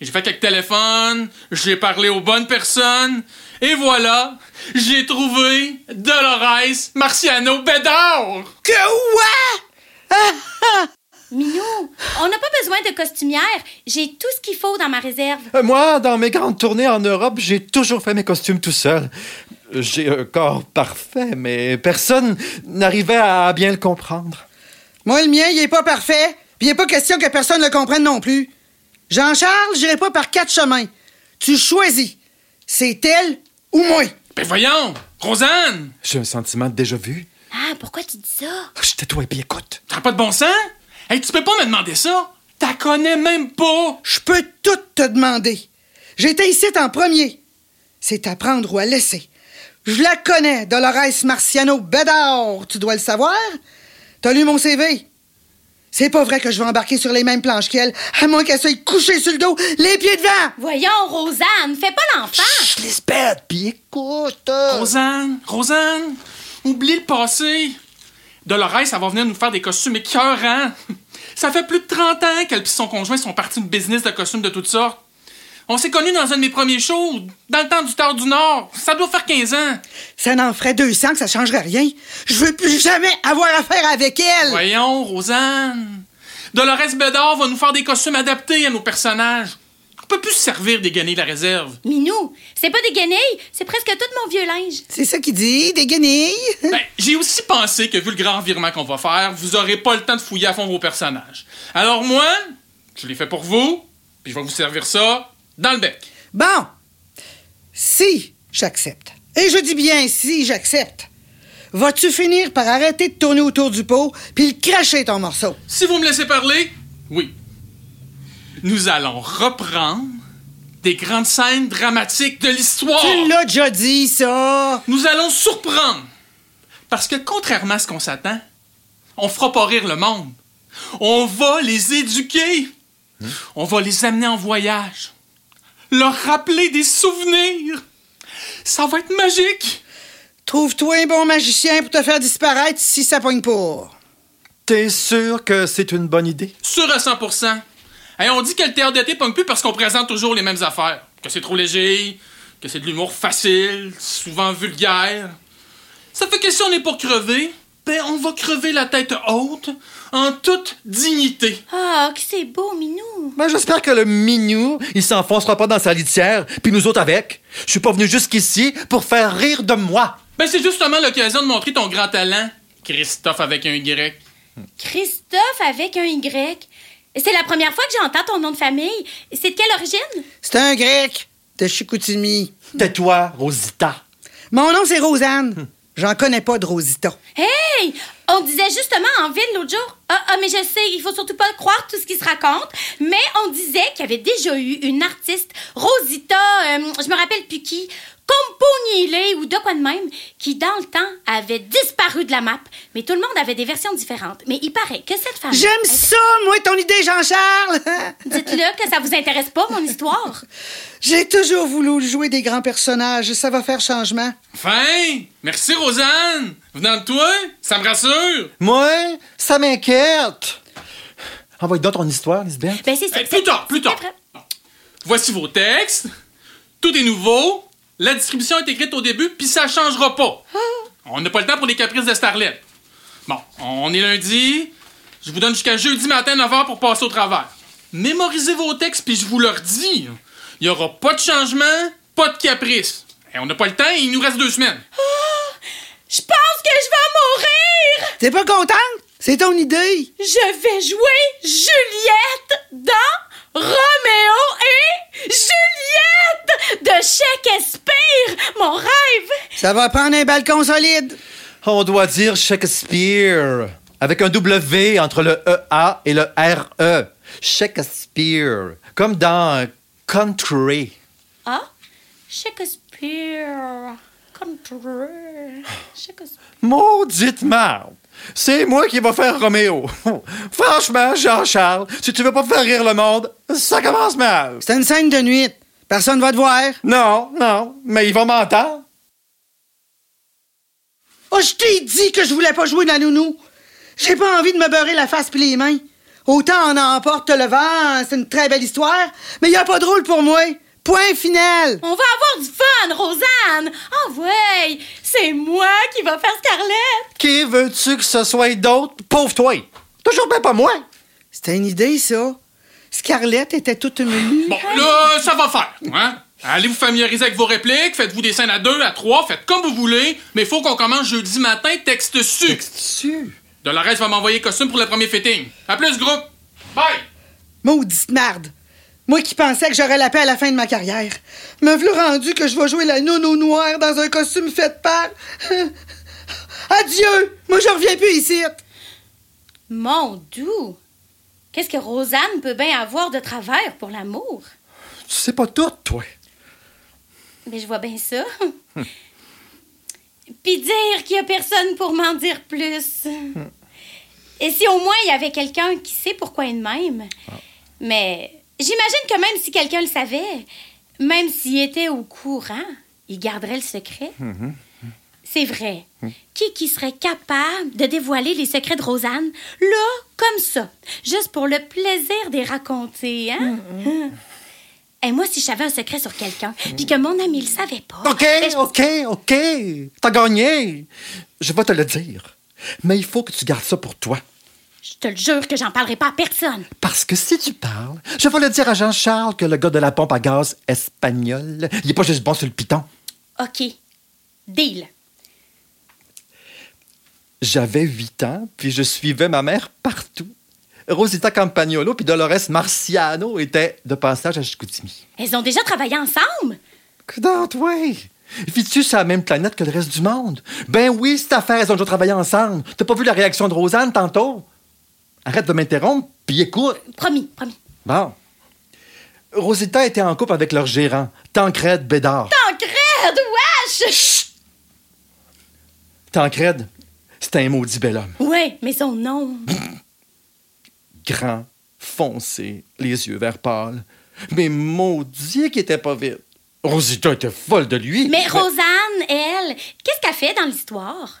J'ai fait quelques téléphones, j'ai parlé aux bonnes personnes, et voilà, j'ai trouvé Dolores Marciano Bédard. Que ouais? Minou, on n'a pas besoin de costumière. J'ai tout ce qu'il faut dans ma réserve. Euh, Moi, dans mes grandes tournées en Europe, j'ai toujours fait mes costumes tout seul. Euh, J'ai un corps parfait, mais personne n'arrivait à bien le comprendre. Moi, le mien, il est pas parfait, puis il est pas question que personne le comprenne non plus. Jean-Charles, j'irai pas par quatre chemins. Tu choisis. C'est elle ou moi. Ben voyons! Rosanne! J'ai un sentiment de déjà-vu. Ah, pourquoi tu dis ça? Ah, Je tais-toi et puis écoute. T'as pas de bon sens? Hey, tu peux pas me demander ça! T'as connais même pas! Je peux tout te demander. J'étais ici en premier. C'est à prendre ou à laisser. Je la connais, Dolores Marciano Bédard. Tu dois le savoir. T'as lu mon CV. C'est pas vrai que je vais embarquer sur les mêmes planches qu'elle, à moins qu'elle soit couchée sur le dos, les pieds devant. Voyons, Rosanne, fais pas l'enfant! Chut, Lisbeth, puis écoute. euh. Rosanne! Rosanne! Oublie le passé! Dolores, ça va venir nous faire des costumes écœurants! Ça fait plus de 30 ans qu'elle et son conjoint sont partis de business de costumes de toutes sortes. On s'est connus dans un de mes premiers shows, dans le temps du Tard du Nord. Ça doit faire 15 ans. Ça n'en ferait 200 que ça changerait rien. Je veux plus jamais avoir affaire avec elle. Voyons, Rosanne. Dolores Bédard va nous faire des costumes adaptés à nos personnages. On peut plus se servir des gagnés de la réserve. Minou, c'est pas des guenilles, c'est presque tout mon vieux linge. C'est ça qu'il dit, des guenilles. [laughs] Ben, j'ai aussi pensé que vu le grand virement qu'on va faire, vous aurez pas le temps de fouiller à fond vos personnages. Alors moi, je l'ai fait pour vous, puis je vais vous servir ça dans le bec. Bon, si j'accepte, et je dis bien si j'accepte, vas-tu finir par arrêter de tourner autour du pot puis le cracher ton morceau? Si vous me laissez parler, oui. Nous allons reprendre des grandes scènes dramatiques de l'histoire. Tu l'as déjà dit, ça! Nous allons surprendre. Parce que contrairement à ce qu'on s'attend, on fera pas rire le monde. On va les éduquer. On va les amener en voyage. Leur rappeler des souvenirs. Ça va être magique. Trouve-toi un bon magicien pour te faire disparaître si ça pogne pas. T'es sûr que c'est une bonne idée? Sûr à 100 Et on dit que le théâtre d'été pogne plus parce qu'on présente toujours les mêmes affaires. Que c'est trop léger, que c'est de l'humour facile, souvent vulgaire. Ça fait que si on est pour crever, ben on va crever la tête haute, en toute dignité. Ah, que c'est beau, Minou. Ben, j'espère que le minou, il s'enfoncera pas dans sa litière, puis nous autres avec. Je suis pas venu jusqu'ici pour faire rire de moi. Ben, c'est justement l'occasion de montrer ton grand talent, Christophe avec un Y. Christophe avec un Y. C'est la première fois que j'entends ton nom de famille. C'est de quelle origine? C'est un grec de Chicoutimi. Tais-toi, Rosita. Mon nom, c'est Rosanne. J'en connais pas de Rosita. Ah, Hey! On disait justement en ville l'autre jour. Ah, ah, mais je sais, il faut surtout pas croire tout ce qui se raconte. Mais on disait qu'il y avait déjà eu une artiste, Rosita, euh, je me rappelle plus qui, Componile ou de quoi de même, qui dans le temps avait disparu de la map. Mais tout le monde avait des versions différentes. Mais il paraît que cette femme. J'aime ça, moi, ton idée, Jean-Charles! [laughs] Dites-le que ça vous intéresse pas, mon histoire. J'ai toujours voulu jouer des grands personnages. Ça va faire changement. Fin! Merci, Rosanne! Venant de toi, ça me rassure! Moi, ça m'inquiète. Envoie donc ton histoire, Lisbeth. Ben, c'est ça. Eh, plus tard, plus c'est tard. après- Voici vos textes. Tout est nouveau. La distribution est écrite au début, puis ça changera pas. On n'a pas le temps pour les caprices de Starlet. Bon, on est lundi. Je vous donne jusqu'à jeudi matin 9h pour passer au travers. Mémorisez vos textes, puis je vous leur dis. Il n'y aura pas de changement, pas de caprice. Et on n'a pas le temps, il nous reste deux semaines. Je pense que je vais mourir! T'es pas contente? C'est ton idée. Je vais jouer Juliette dans Roméo et Juliette de Shakespeare! Mon rêve! Ça va prendre un balcon solide. On doit dire Shakespeare avec un W entre le EA et le RE. Shakespeare, comme dans Country. Ah? Shakespeare. Country. Shakespeare. Maudite merde! C'est moi qui va faire Roméo. [laughs] Franchement, Jean-Charles, si tu veux pas faire rire le monde, ça commence mal. C'est une scène de nuit. Personne va te voir. Non, non, mais ils vont m'entendre. Oh, je t'ai dit que je voulais pas jouer dans Nounou. J'ai pas envie de me beurrer la face pis les mains. Autant on emporte le vent, c'est une très belle histoire, mais y a pas de rôle pour moi. Point final. On va avoir du fun, Rosanne! Ah ouais! C'est moi qui va faire Scarlett! Qui veux-tu que ce soit d'autre? Pauvre toi! Toujours bien pas moi! C'était une idée, ça. Scarlett était toute menue. Bon, là, ça va faire, hein? Allez vous familiariser avec vos répliques, faites-vous des scènes à deux, à trois, faites comme vous voulez, mais faut qu'on commence jeudi matin, texte su. Su. Dolores va m'envoyer costume pour le premier fitting. À plus, groupe! Bye! Maudite merde! Moi qui pensais que j'aurais la paix à la fin de ma carrière. Me voilà rendu que je vais jouer la nounou noire dans un costume fait par. [laughs] Adieu! Moi, je reviens plus ici! Mon doux! Qu'est-ce que Rosanne peut bien avoir de travers pour l'amour? Tu sais pas tout, toi. Mais je vois bien ça. Puis dire qu'il y a personne pour m'en dire plus. Et si au moins il y avait quelqu'un qui sait pourquoi une même. Mais j'imagine que même si quelqu'un le savait, même s'il était au courant, il garderait le secret. C'est vrai. Qui qui serait capable de dévoiler les secrets de Rosanne, là, comme ça, juste pour le plaisir des raconter, hein? Et moi, si j'avais un secret sur quelqu'un, puis que mon ami le savait pas. OK, ben, je- OK, OK. T'as gagné. Je vais te le dire. Mais il faut que tu gardes ça pour toi. Je te le jure que j'en parlerai pas à personne. Parce que si tu parles, je vais le dire à Jean-Charles que le gars de la pompe à gaz espagnol, il est pas juste bon sur le piton. OK. Deal. J'avais huit ans, puis je suivais ma mère partout. Rosita Campagnolo puis Dolores Marciano étaient de passage à Chicoutimi. Elles ont déjà travaillé ensemble? Coudonc, oui! Vis-tu sur la même planète que le reste du monde? Ben oui, cette affaire, elles ont déjà travaillé ensemble. T'as pas vu la réaction de Rosanne tantôt? Arrête de m'interrompre, puis écoute. Promis, promis. Bon. Rosita était en couple avec leur gérant, Tancred Bédard. Tancred, wesh! Tancred, c'était un maudit bel homme. Ouais, mais son nom. Grand, foncé, les yeux vert pâle. Mais maudit qu'il était pas vite. Rosita était folle de [laughs] lui. Mais Rosanne, elle, qu'est-ce qu'elle fait dans l'histoire?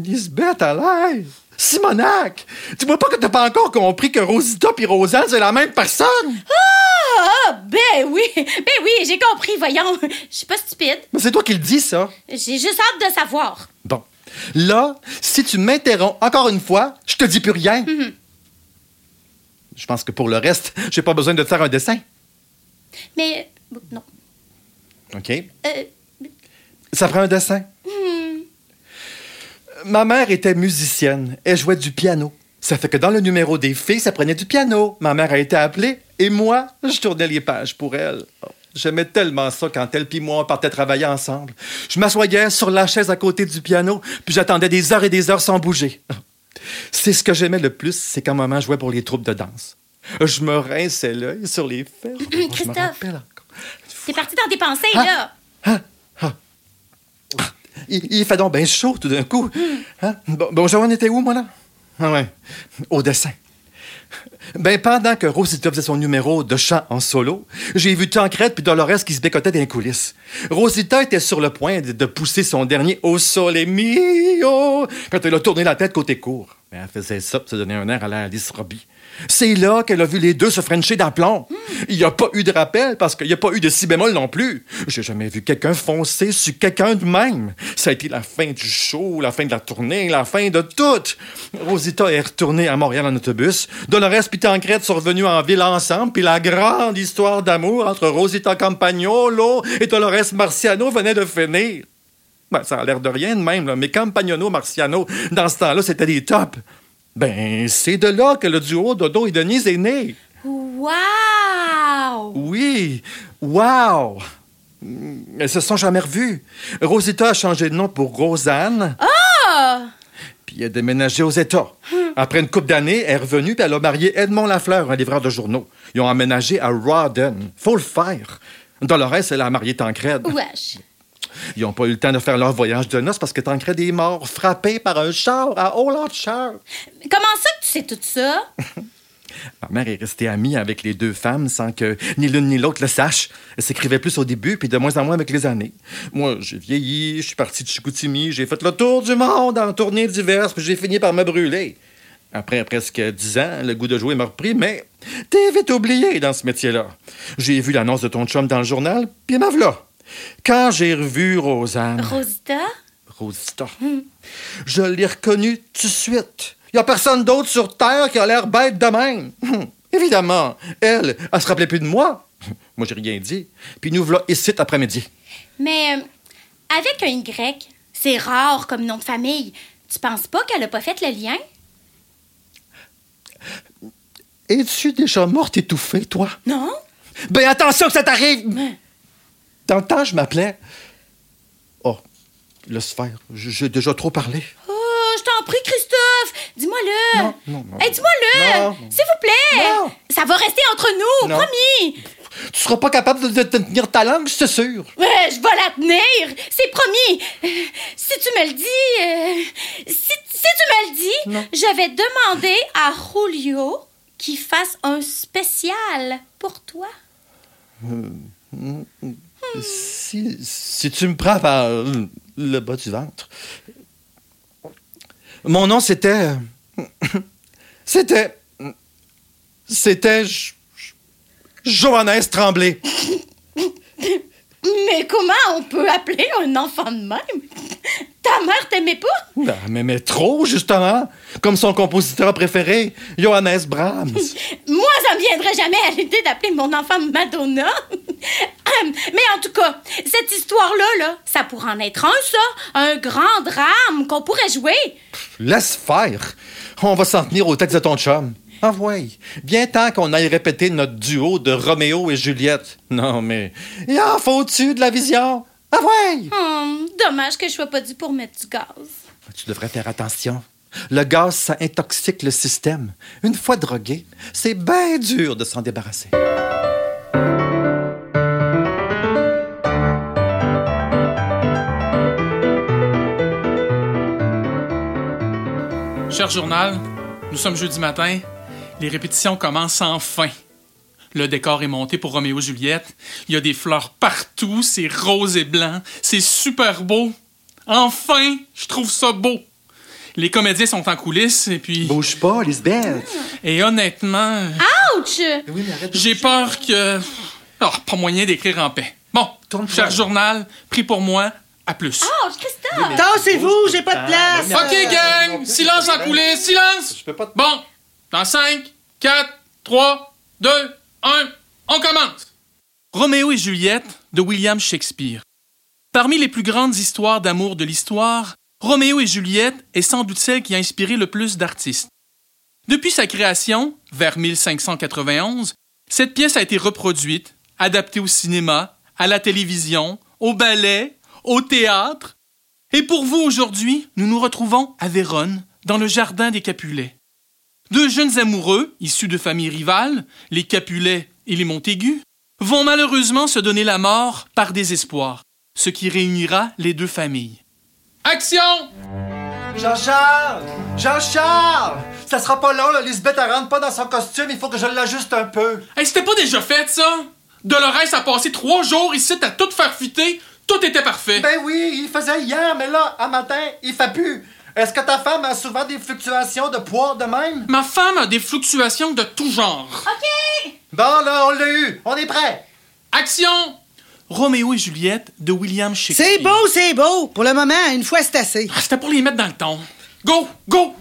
Lisbeth, à l'aise. Simonac, tu vois pas que t'as pas encore compris que Rosita puis Rosanne, c'est la même personne? Ah, ben oui! Ben oui, j'ai compris, voyons. Je suis pas stupide. Mais c'est toi qui le dis, ça. J'ai juste hâte de savoir. Bon. Là, si tu m'interromps encore une fois, je te dis plus rien. Je pense que pour le reste, j'ai pas besoin de te faire un dessin. Mais, euh, non. OK? Euh, Ça prend un dessin. Ma mère était musicienne. Elle jouait du piano. Ça fait que dans le numéro des filles, ça prenait du piano. Ma mère a été appelée et moi, je tournais les pages pour elle. Oh, J'aimais tellement ça quand elle puis moi, on partait travailler ensemble. Je m'assoyais sur la chaise à côté du piano, puis j'attendais des heures et des heures sans bouger. [laughs] C'est ce que j'aimais le plus, c'est quand maman jouait pour les troupes de danse. Je me rinçais l'œil sur les fesses. Oh, je me Christophe. rappelle encore. t'es parti dans tes pensées, Ah. là. Il, il fait donc bien chaud tout d'un coup. Hein? Bon, bonjour, on était où, moi, là? Ah ouais, au dessin. Ben, pendant que Rosita faisait son numéro de chant en solo, j'ai vu Tancred puis Dolores qui se bécotaient dans les coulisses. Rosita était sur le point de, de pousser son dernier Au sole mio quand elle a tourné la tête côté court. Mais elle faisait ça pour se donner un air à la Alice Robbie. C'est là qu'elle a vu les deux se frencher dans plomb. Il n'y a pas eu de rappel parce qu'il n'y a pas eu de si bémol non plus. J'ai jamais vu quelqu'un foncer sur quelqu'un de même. Ça a été la fin du show, la fin de la tournée, la fin de tout. Rosita est retournée à Montréal en autobus. Dolores puis Tancred sont revenus en ville ensemble. Puis la grande histoire d'amour entre Rosita Campagnolo et Dolores Marciano venait de finir. Ben, ça a l'air de rien de même, là, mais Campagnolo Marciano, dans ce temps-là, c'était des tops. Ben, c'est de là que le duo Dodo et Denise est né. Wow! Oui, wow! Mm, Elles se sont jamais revues. Rosita a changé de nom pour Rosanne, Ah! puis elle a déménagé aux États. Après une couple d'années, elle est revenue, puis elle a marié Edmond Lafleur, un livreur de journaux. Ils ont emménagé à Rawdon. Faut le faire. Dolores, elle a marié Tancred. Wesh! Ils n'ont pas eu le temps de faire leur voyage de noces parce que Tancred est mort, frappé par un char à Old Comment ça que tu sais tout ça? Ma mère est restée amie avec les deux femmes sans que ni l'une ni l'autre le sache. Elle s'écrivait plus au début, puis de moins en moins avec les années. Moi, j'ai vieilli, je suis parti de Chicoutimi, j'ai fait le tour du monde en tournées diverses, puis j'ai fini par me brûler. Après presque dix ans, le goût de jouer m'a repris, mais t'es vite oublié dans ce métier-là. J'ai vu l'annonce de ton chum dans le journal, puis ma v'là. Quand j'ai revu Rosanne... Rosita? Rosita. Je l'ai reconnue tout de suite. Il n'y a personne d'autre sur Terre qui a l'air bête de même. [laughs] Hum, Évidemment, elle, elle se rappelait plus de moi. [laughs] Moi, j'ai rien dit. Puis nous voilà ici cet après-midi. Mais euh, avec un Y, c'est rare comme nom de famille. Tu penses pas qu'elle a pas fait le lien? Es-tu déjà morte étouffée, toi? Non? Ben attention que ça t'arrive! Dans le temps, je m'appelais. Oh, le sphère, j- j'ai déjà trop parlé. Oh, je t'en prie, Christophe! Dis-moi-le! Non, non, non. Hey, Non, dis-moi-le! non. S'il vous plaît! Non. Ça va rester entre nous, Non. promis! Tu seras pas capable de, de tenir ta langue, c'est sûr. Ouais, Euh, je vais la tenir! C'est promis! Euh, Si tu me le dis... euh, si, si tu me le dis, je vais demander à Julio qu'il fasse un spécial pour toi. Si, si tu me prends par euh, le bas du ventre. Mon nom, c'était. C'était. C'était. J- J- Johannes Tremblay. Mais comment on peut appeler un enfant de même? Ta mère t'aimait pas? Ben, mais, mais trop, justement. Comme son compositeur préféré, Johannes Brahms. Moi, ça ne viendrait jamais à l'idée d'appeler mon enfant Madonna. [laughs] Hum, Mais en tout cas, cette histoire-là, là, ça pourrait en être un, ça. Un grand drame qu'on pourrait jouer. Laisse faire. On va s'en tenir au texte de ton chum. Ah ouais. Bien temps qu'on aille répéter notre duo de Roméo et Juliette. Non, mais. Y en faut-tu de la vision? Ah ouais! Hum, dommage que je sois pas due pour mettre du gaz. Tu devrais faire attention. Le gaz, ça intoxique le système. Une fois drogué, c'est bien dur de s'en débarrasser. Cher journal, nous sommes jeudi matin. Les répétitions commencent enfin. Le décor est monté pour Roméo et Juliette. Il y a des fleurs partout, c'est rose et blanc. C'est super beau. Enfin, je trouve ça beau. Les comédiens sont en coulisses et puis. Bouge pas, Lisbeth. Et honnêtement, Ouch! Oui, mais arrête. j'ai peur que. Oh, pas moyen d'écrire en paix. Bon, Tourne-toi. cher journal, pris pour moi, à plus. Ouch, Christophe! Tassez-vous, j'ai pas de place. OK, Euh, gang! Silence en coulisses! Silence! Je peux pas te- Bon! Dans 5, 4, 3, 2, 1, on commence! Roméo et Juliette de William Shakespeare. Parmi les plus grandes histoires d'amour de l'histoire, Roméo et Juliette est sans doute celle qui a inspiré le plus d'artistes. Depuis sa création, vers 1591, cette pièce a été reproduite, adaptée au cinéma, à la télévision, au ballet, au théâtre, et pour vous aujourd'hui, nous nous retrouvons à Vérone, dans le jardin des Capulets. Deux jeunes amoureux, issus de familles rivales, les Capulets et les Montaigu, vont malheureusement se donner la mort par désespoir, ce qui réunira les deux familles. Action! Jean-Charles! Jean-Charles! Ça sera pas long, là. Lisbeth, elle rentre pas dans son costume. Il faut que je l'ajuste un peu. Hey, c'était pas déjà fait, ça? Dolores a passé trois jours ici à tout faire fuiter, tout était parfait. Ben oui, il faisait hier, mais là, à matin, il fait plus. Est-ce que ta femme a souvent des fluctuations de poids de même? Ma femme a des fluctuations de tout genre. Bon, là, on l'a eu. On est prêt. Action! Roméo et Juliette de William Shakespeare. C'est beau, c'est beau. Pour le moment, une fois, c'est assez. Ah, c'était pour les mettre dans le ton. Go, go!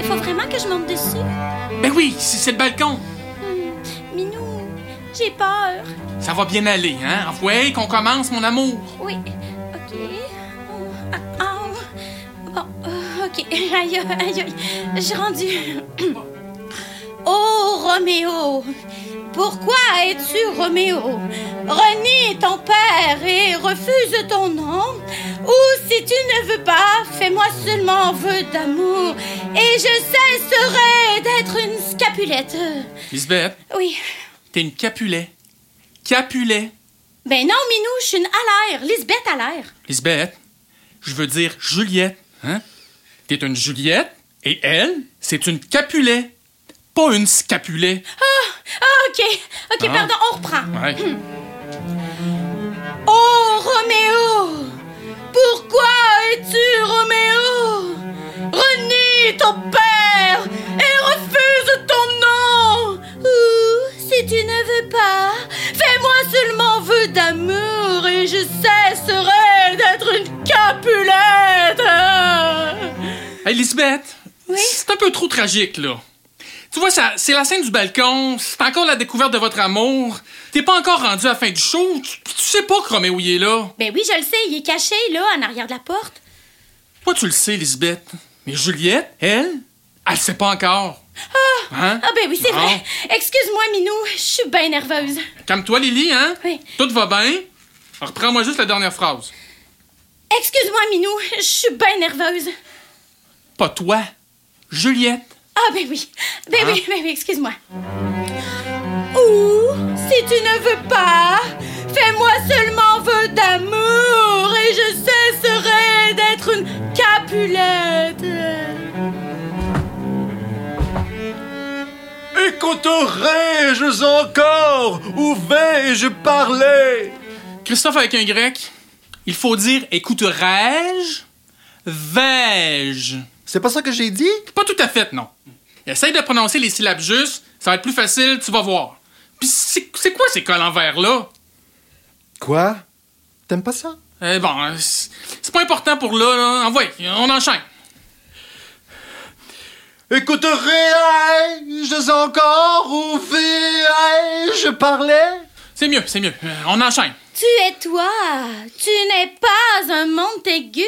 Il faut vraiment que je monte dessus. Ben oui, c'est c'est le balcon. Hum, Minou, j'ai peur. Ça va bien aller, hein? Envoyez qu'on commence, mon amour. Oui, ok. Oh, ah, ah, oh. Bon, euh, ok. [laughs] Aïe, aïe, aïe. J'ai rendu. [coughs] Oh, Roméo, pourquoi es-tu Roméo Renie ton père et refuse ton nom. Ou si tu ne veux pas, fais-moi seulement vœu d'amour et je cesserai d'être une scapulette. Lisbeth, Oui. t'es une capulet. Capulet. Ben non, Minou, je suis une à l'air. Lisbeth à l'air. Lisbeth, je veux dire Juliette, hein? T'es une Juliette et elle, c'est une capulet. Pas une scapulet. Ah, ok. Ok, Ah. pardon, on reprend. Ouais. Oh, Roméo! Pourquoi es-tu Roméo? Renie ton père et refuse ton nom! Ou, si tu ne veux pas, fais-moi seulement vœu d'amour et je cesserai d'être une capulette! Hey, Lisbeth, C'est un peu trop tragique, là. Tu vois, ça, c'est la scène du balcon, c'est encore la découverte de votre amour. T'es pas encore rendu à la fin du show, tu, tu sais pas que Roméo y est là. Ben oui, je le sais, il est caché, là, en arrière de la porte. Toi, tu le sais, Lisbeth. Mais Juliette, elle, elle sait pas encore. Hein? Ah, ben oui, c'est Bon. vrai. Excuse-moi, Minou, je suis bien nerveuse. Calme-toi, Lily, hein? Oui. Tout va bien? Reprends-moi juste la dernière phrase. Excuse-moi, Minou, je suis bien nerveuse. Pas toi, Juliette. Ah, ben oui. Ben Hein? oui, ben oui, excuse-moi. Ou, si tu ne veux pas, fais-moi seulement vœu d'amour et je cesserai d'être une capulette. Écouterai-je encore Où vais-je parler Christophe avec un grec, il faut dire écouterai-je, vais-je. C'est pas ça que j'ai dit? Pas tout à fait, non. Essaye de prononcer les syllabes justes, ça va être plus facile, tu vas voir. Puis c'est c'est quoi ces cols en verre là? Quoi? T'aimes pas ça? Eh bon, c'est c'est pas important pour là, là. Envoie, on enchaîne. Écouterai-je encore ou vais-je parler? C'est mieux, c'est mieux. Euh, on enchaîne. Tu es toi, tu n'es pas un Montaigu.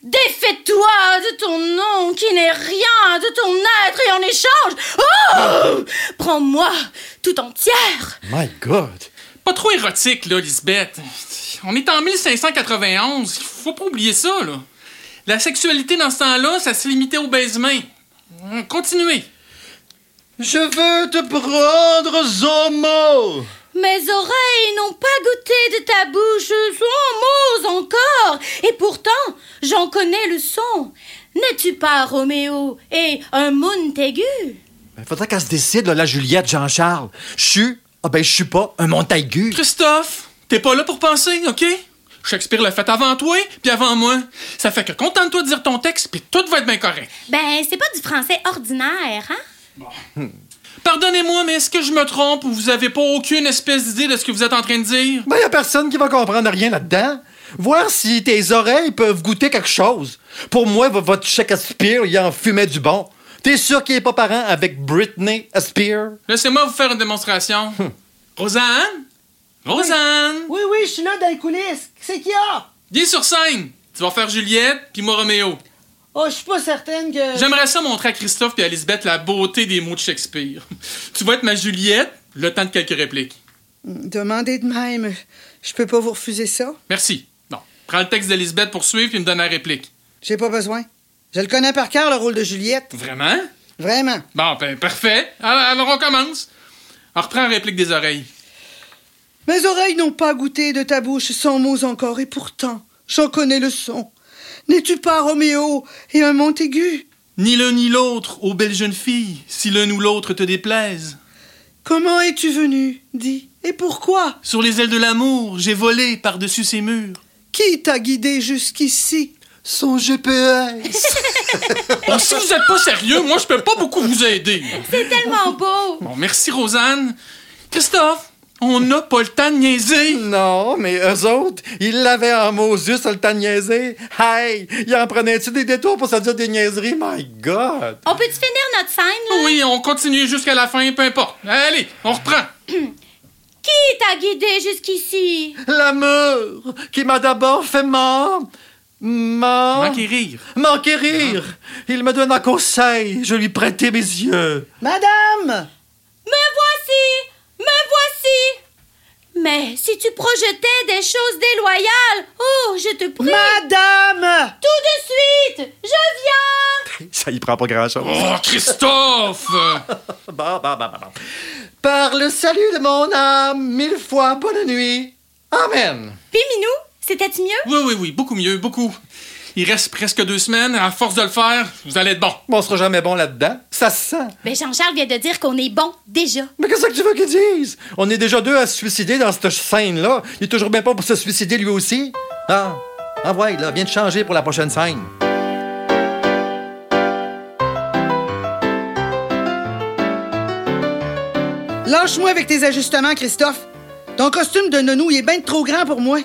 Défais-toi de ton nom qui n'est rien de ton être et en échange, oh prends-moi tout entière. My God! Pas trop érotique, là, Lisbeth. On est en 1591, faut pas oublier ça, là. La sexualité dans ce temps-là, ça se limitait au baisement. Hum, Continuez. Je veux te prendre au mot. Mes oreilles n'ont pas goûté de ta bouche son mot encore, et pourtant j'en connais le son. N'es-tu pas Roméo et un Montaigu? Ben, faudrait qu'elle se décide, là, la Juliette, Jean-Charles. Je suis, ah ben, je suis pas un Montaigu. Christophe, t'es pas là pour penser, OK? Shakespeare l'a fait avant toi, puis avant moi. Ça fait que contente-toi de dire ton texte, puis tout va être bien correct. Ben c'est pas du français ordinaire, hein? Pardonnez-moi, mais est-ce que je me trompe ou vous avez pas aucune espèce d'idée de ce que vous êtes en train de dire? Ben, y a personne qui va comprendre rien là-dedans. Voir si tes oreilles peuvent goûter quelque chose. Pour moi, vo- votre Shakespeare, il en fumait du bon. T'es sûr qu'il est pas parent avec Britney Spears? Laissez-moi vous faire une démonstration. Rosanne? Rosanne? Oui, oui, je suis là dans les coulisses. C'est qui a? Viens sur scène! Tu vas faire Juliette, puis moi Roméo. Oh, je suis pas certaine que. J'aimerais ça montrer à Christophe et à Lisbeth la beauté des mots de Shakespeare. [laughs] Tu vas être ma Juliette, le temps de quelques répliques. Hmm, Demandez de même. Je peux pas vous refuser ça. Merci. Bon, prends le texte de Lisbeth pour suivre, puis me donne la réplique. J'ai pas besoin. Je le connais par cœur, le rôle de Juliette. Vraiment? Vraiment. Bon, ben, parfait. Alors, alors, on commence. On reprend la réplique des oreilles. Mes oreilles n'ont pas goûté de ta bouche sans mots encore, et pourtant, j'en connais le son. N'es-tu pas Roméo et un Montaigu? Ni l'un ni l'autre, ô belle jeune fille, si l'un ou l'autre te déplaise. Comment es-tu venu, dis, et pourquoi? Sur les ailes de l'amour, j'ai volé par-dessus ces murs. Qui t'a guidé jusqu'ici? Son GPS! Bon, Oh, si vous êtes pas sérieux, moi, je peux pas beaucoup vous aider. C'est [laughs] tellement beau. Bon, merci, Rosanne. Christophe, on n'a pas le temps de niaiser. [laughs] non, mais eux autres, ils l'avaient en Moses, le temps de niaiser. Hey! Ils en prenaient-tu des détours pour se dire des niaiseries? My God! On peut-tu finir notre scène, là? Oui, on continue jusqu'à la fin, peu importe. Allez, on reprend. Qui t'a guidé jusqu'ici? L'amour qui m'a d'abord fait mort. Oh. Mort. rire. M'enquérir. Il me donne un conseil. Je lui prêtais mes yeux. Madame! Me voici! Me voici! Mais si tu projetais des choses déloyales, oh, je te prie, Madame! tout de suite, je viens! Ça y prend pas grand-chose. Oh, Christophe! Bah, bah, bah, bah, bah. Par le salut de mon âme, mille fois bonne nuit. Amen. Puis Minou, c'était mieux? oui, oui, oui, beaucoup mieux, beaucoup. Il reste presque deux semaines. À force de le faire, vous allez être bon. Bon, on sera jamais bon là-dedans. Ça se sent. Mais Jean-Charles vient de dire qu'on est bon déjà. Mais qu'est-ce que tu veux qu'ils disent? On est déjà deux à se suicider dans cette scène-là. Il est toujours bien pas pour se suicider lui aussi. Ah, envoie, là, viens te changer pour la prochaine scène. Lâche-moi avec tes ajustements, Christophe. Ton costume de nounou, il est bien trop grand pour moi.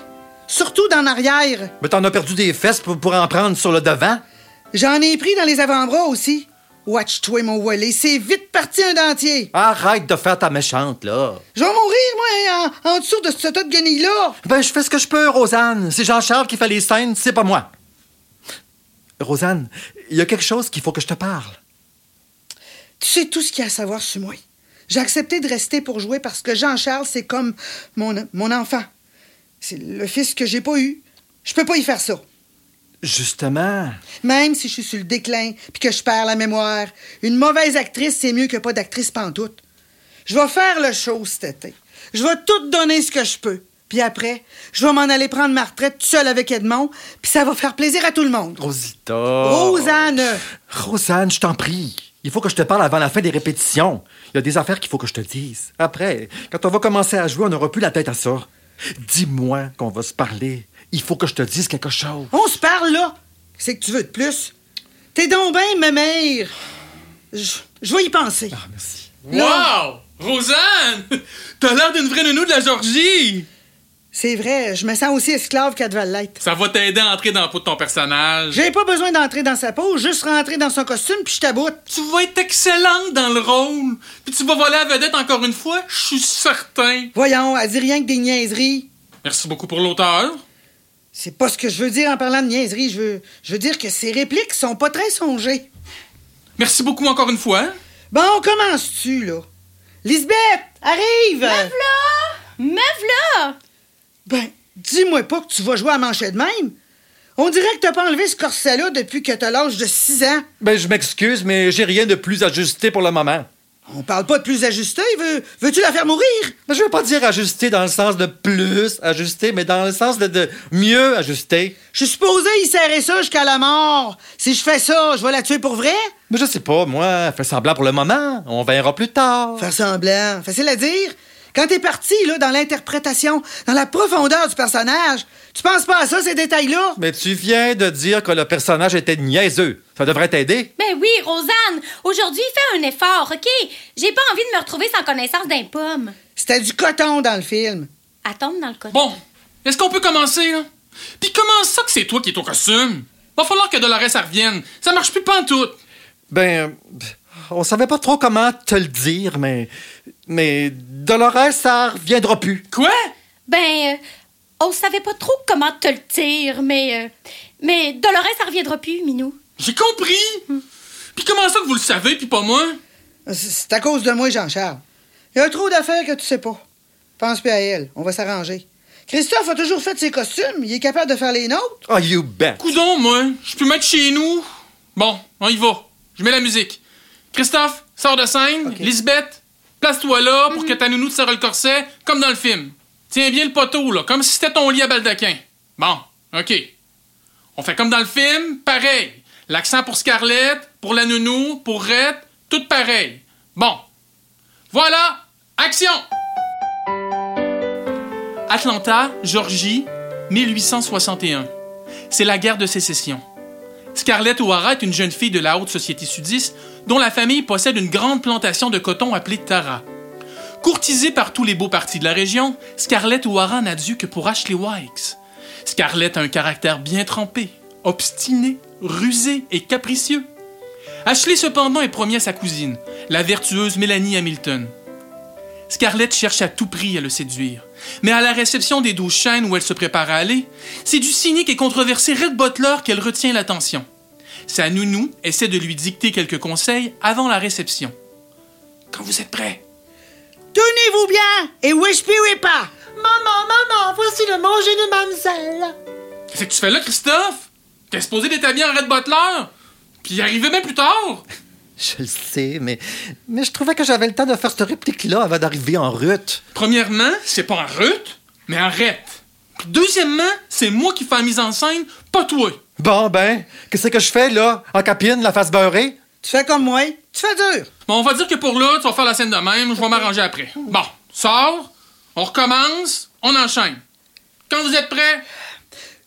Surtout dans l'arrière. Mais t'en as perdu des fesses pour, pour en prendre sur le devant. J'en ai pris dans les avant-bras aussi. Watch-toi, mon Wally, c'est vite parti un dentier. Arrête de faire ta méchante, là. Je vais mourir, moi, hein, en, en dessous de ce tas de guenilles-là. Ben, je fais ce que je peux, Rosanne. C'est Jean-Charles qui fait les scènes, c'est pas moi. Rosanne, il y a quelque chose qu'il faut que je te parle. Tu sais tout ce qu'il y a à savoir sur moi. J'ai accepté de rester pour jouer parce que Jean-Charles, c'est comme mon, mon enfant. C'est le fils que j'ai pas eu. Je peux pas y faire ça. Justement. Même si je suis sur le déclin puis que je perds la mémoire, une mauvaise actrice, c'est mieux que pas d'actrice pantoute. Je vais faire le show cet été. Je vais tout donner ce que je peux. Puis après, je vais m'en aller prendre ma retraite toute seule avec Edmond, puis ça va faire plaisir à tout le monde. Rosita. Oh. Rosanne! Rosanne, je t'en prie. Il faut que je te parle avant la fin des répétitions. Il y a des affaires qu'il faut que je te dise. Après, quand on va commencer à jouer, on n'aura plus la tête à ça. Dis-moi qu'on va se parler. Il faut que je te dise quelque chose. On se parle, là! C'est que tu veux de plus? T'es donc bien, ma mère! Je je vais y penser. Ah, merci. Wow! Rosanne! [laughs] T'as l'air d'une vraie nounou de la Georgie! C'est vrai, je me sens aussi esclave qu'elle devait l'être. Ça va t'aider à entrer dans la peau de ton personnage. J'ai pas besoin d'entrer dans sa peau, juste rentrer dans son costume puis je taboute. Tu vas être excellente dans le rôle. Puis tu vas voler la vedette encore une fois, je suis certain. Voyons, elle dit rien que des niaiseries. Merci beaucoup pour l'auteur. C'est pas ce que je veux dire en parlant de niaiseries. Je veux, je veux dire que ses répliques sont pas très songées. Merci beaucoup encore une fois. Bon, commences-tu, là? Lisbeth, arrive! Meuf là! Meuf là! Ben, dis-moi pas que tu vas jouer à manchette de même. On dirait que t'as pas enlevé ce corset-là depuis que t'as l'âge de 6 ans. Ben, je m'excuse, mais j'ai rien de plus ajusté pour le moment. On parle pas de plus ajusté. Veux, veux-tu la faire mourir? Mais je veux pas dire ajusté dans le sens de plus ajusté, mais dans le sens de, de mieux ajusté. Je suis supposé y serrer ça jusqu'à la mort. Si je fais ça, je vais la tuer pour vrai? Mais je sais pas, moi, fais semblant pour le moment. On verra plus tard. Faire semblant. Facile à dire. Quand t'es parti, là, dans l'interprétation, dans la profondeur du personnage, tu penses pas à ça, ces détails-là? Mais tu viens de dire que le personnage était niaiseux. Ça devrait t'aider. Ben oui, Rosanne, aujourd'hui, fais un effort, OK? J'ai pas envie de me retrouver sans connaissance d'un pomme. C'était du coton dans le film. Elle tombe dans le coton. Bon, est-ce qu'on peut commencer, là? Puis comment ça que c'est toi qui es au costume? Va falloir que Dolores elle revienne. Ça marche plus pantoute. Ben, on savait pas trop comment te le dire, mais. Mais Dolores, ça reviendra plus. Quoi? Ben, euh, on savait pas trop comment te le dire, mais. euh, mais Dolores, ça reviendra plus, Minou. J'ai compris. Puis comment ça que vous le savez, puis pas moi? C'est- C'est à cause de moi, Jean-Charles. Il y a trop d'affaires que tu sais pas. Pense plus à elle. On va s'arranger. Christophe a toujours fait ses costumes. Il est capable de faire les nôtres. Oh, you bet. Coudon, moi, je peux mettre chez nous. Bon, on y va. Je mets la musique. Christophe, sors de scène. Lisbeth, place-toi là pour que ta nounou te serre le corset, comme dans le film. Tiens bien le poteau, là, comme si c'était ton lit à baldaquin. Bon, OK. On fait comme dans le film, pareil. L'accent pour Scarlett, pour la nounou, pour Rhett, tout pareil. Bon. Voilà, action! Atlanta, Georgie, 1861. C'est la guerre de sécession. Scarlett O'Hara est une jeune fille de la haute société sudiste dont la famille possède une grande plantation de coton appelée Tara. Courtisée par tous les beaux partis de la région, Scarlett O'Hara n'a dû que pour Ashley Wikes. Scarlett a un caractère bien trempé, obstiné, rusé et capricieux. Ashley cependant est promis à sa cousine, la vertueuse Mélanie Hamilton. Scarlett cherche à tout prix à le séduire. Mais à la réception des douze chaînes où elle se prépare à aller, c'est du cynique et controversé Red Butler qu'elle retient l'attention. Sa nounou essaie de lui dicter quelques conseils avant la réception. Quand vous êtes prêt. Tenez-vous bien et whispérez pas. Maman, maman, voici le manger de mamselle. Qu'est-ce que tu fais là, Christophe? T'es supposé d'établir en Red Butler? Puis arriver bien plus tard? Je le sais, mais, mais je trouvais que j'avais le temps de faire cette réplique-là avant d'arriver en route. Premièrement, c'est pas en route, mais en rette. Puis deuxièmement, c'est moi qui fais la mise en scène, pas toi. Bon, ben, qu'est-ce que je fais, là, en capine, la face beurrée? Tu fais comme moi. Tu fais dur. Bon, on va dire que pour là, tu vas faire la scène de même, je vais m'arranger après. Bon, sors, on recommence, on enchaîne. Quand vous êtes prêts,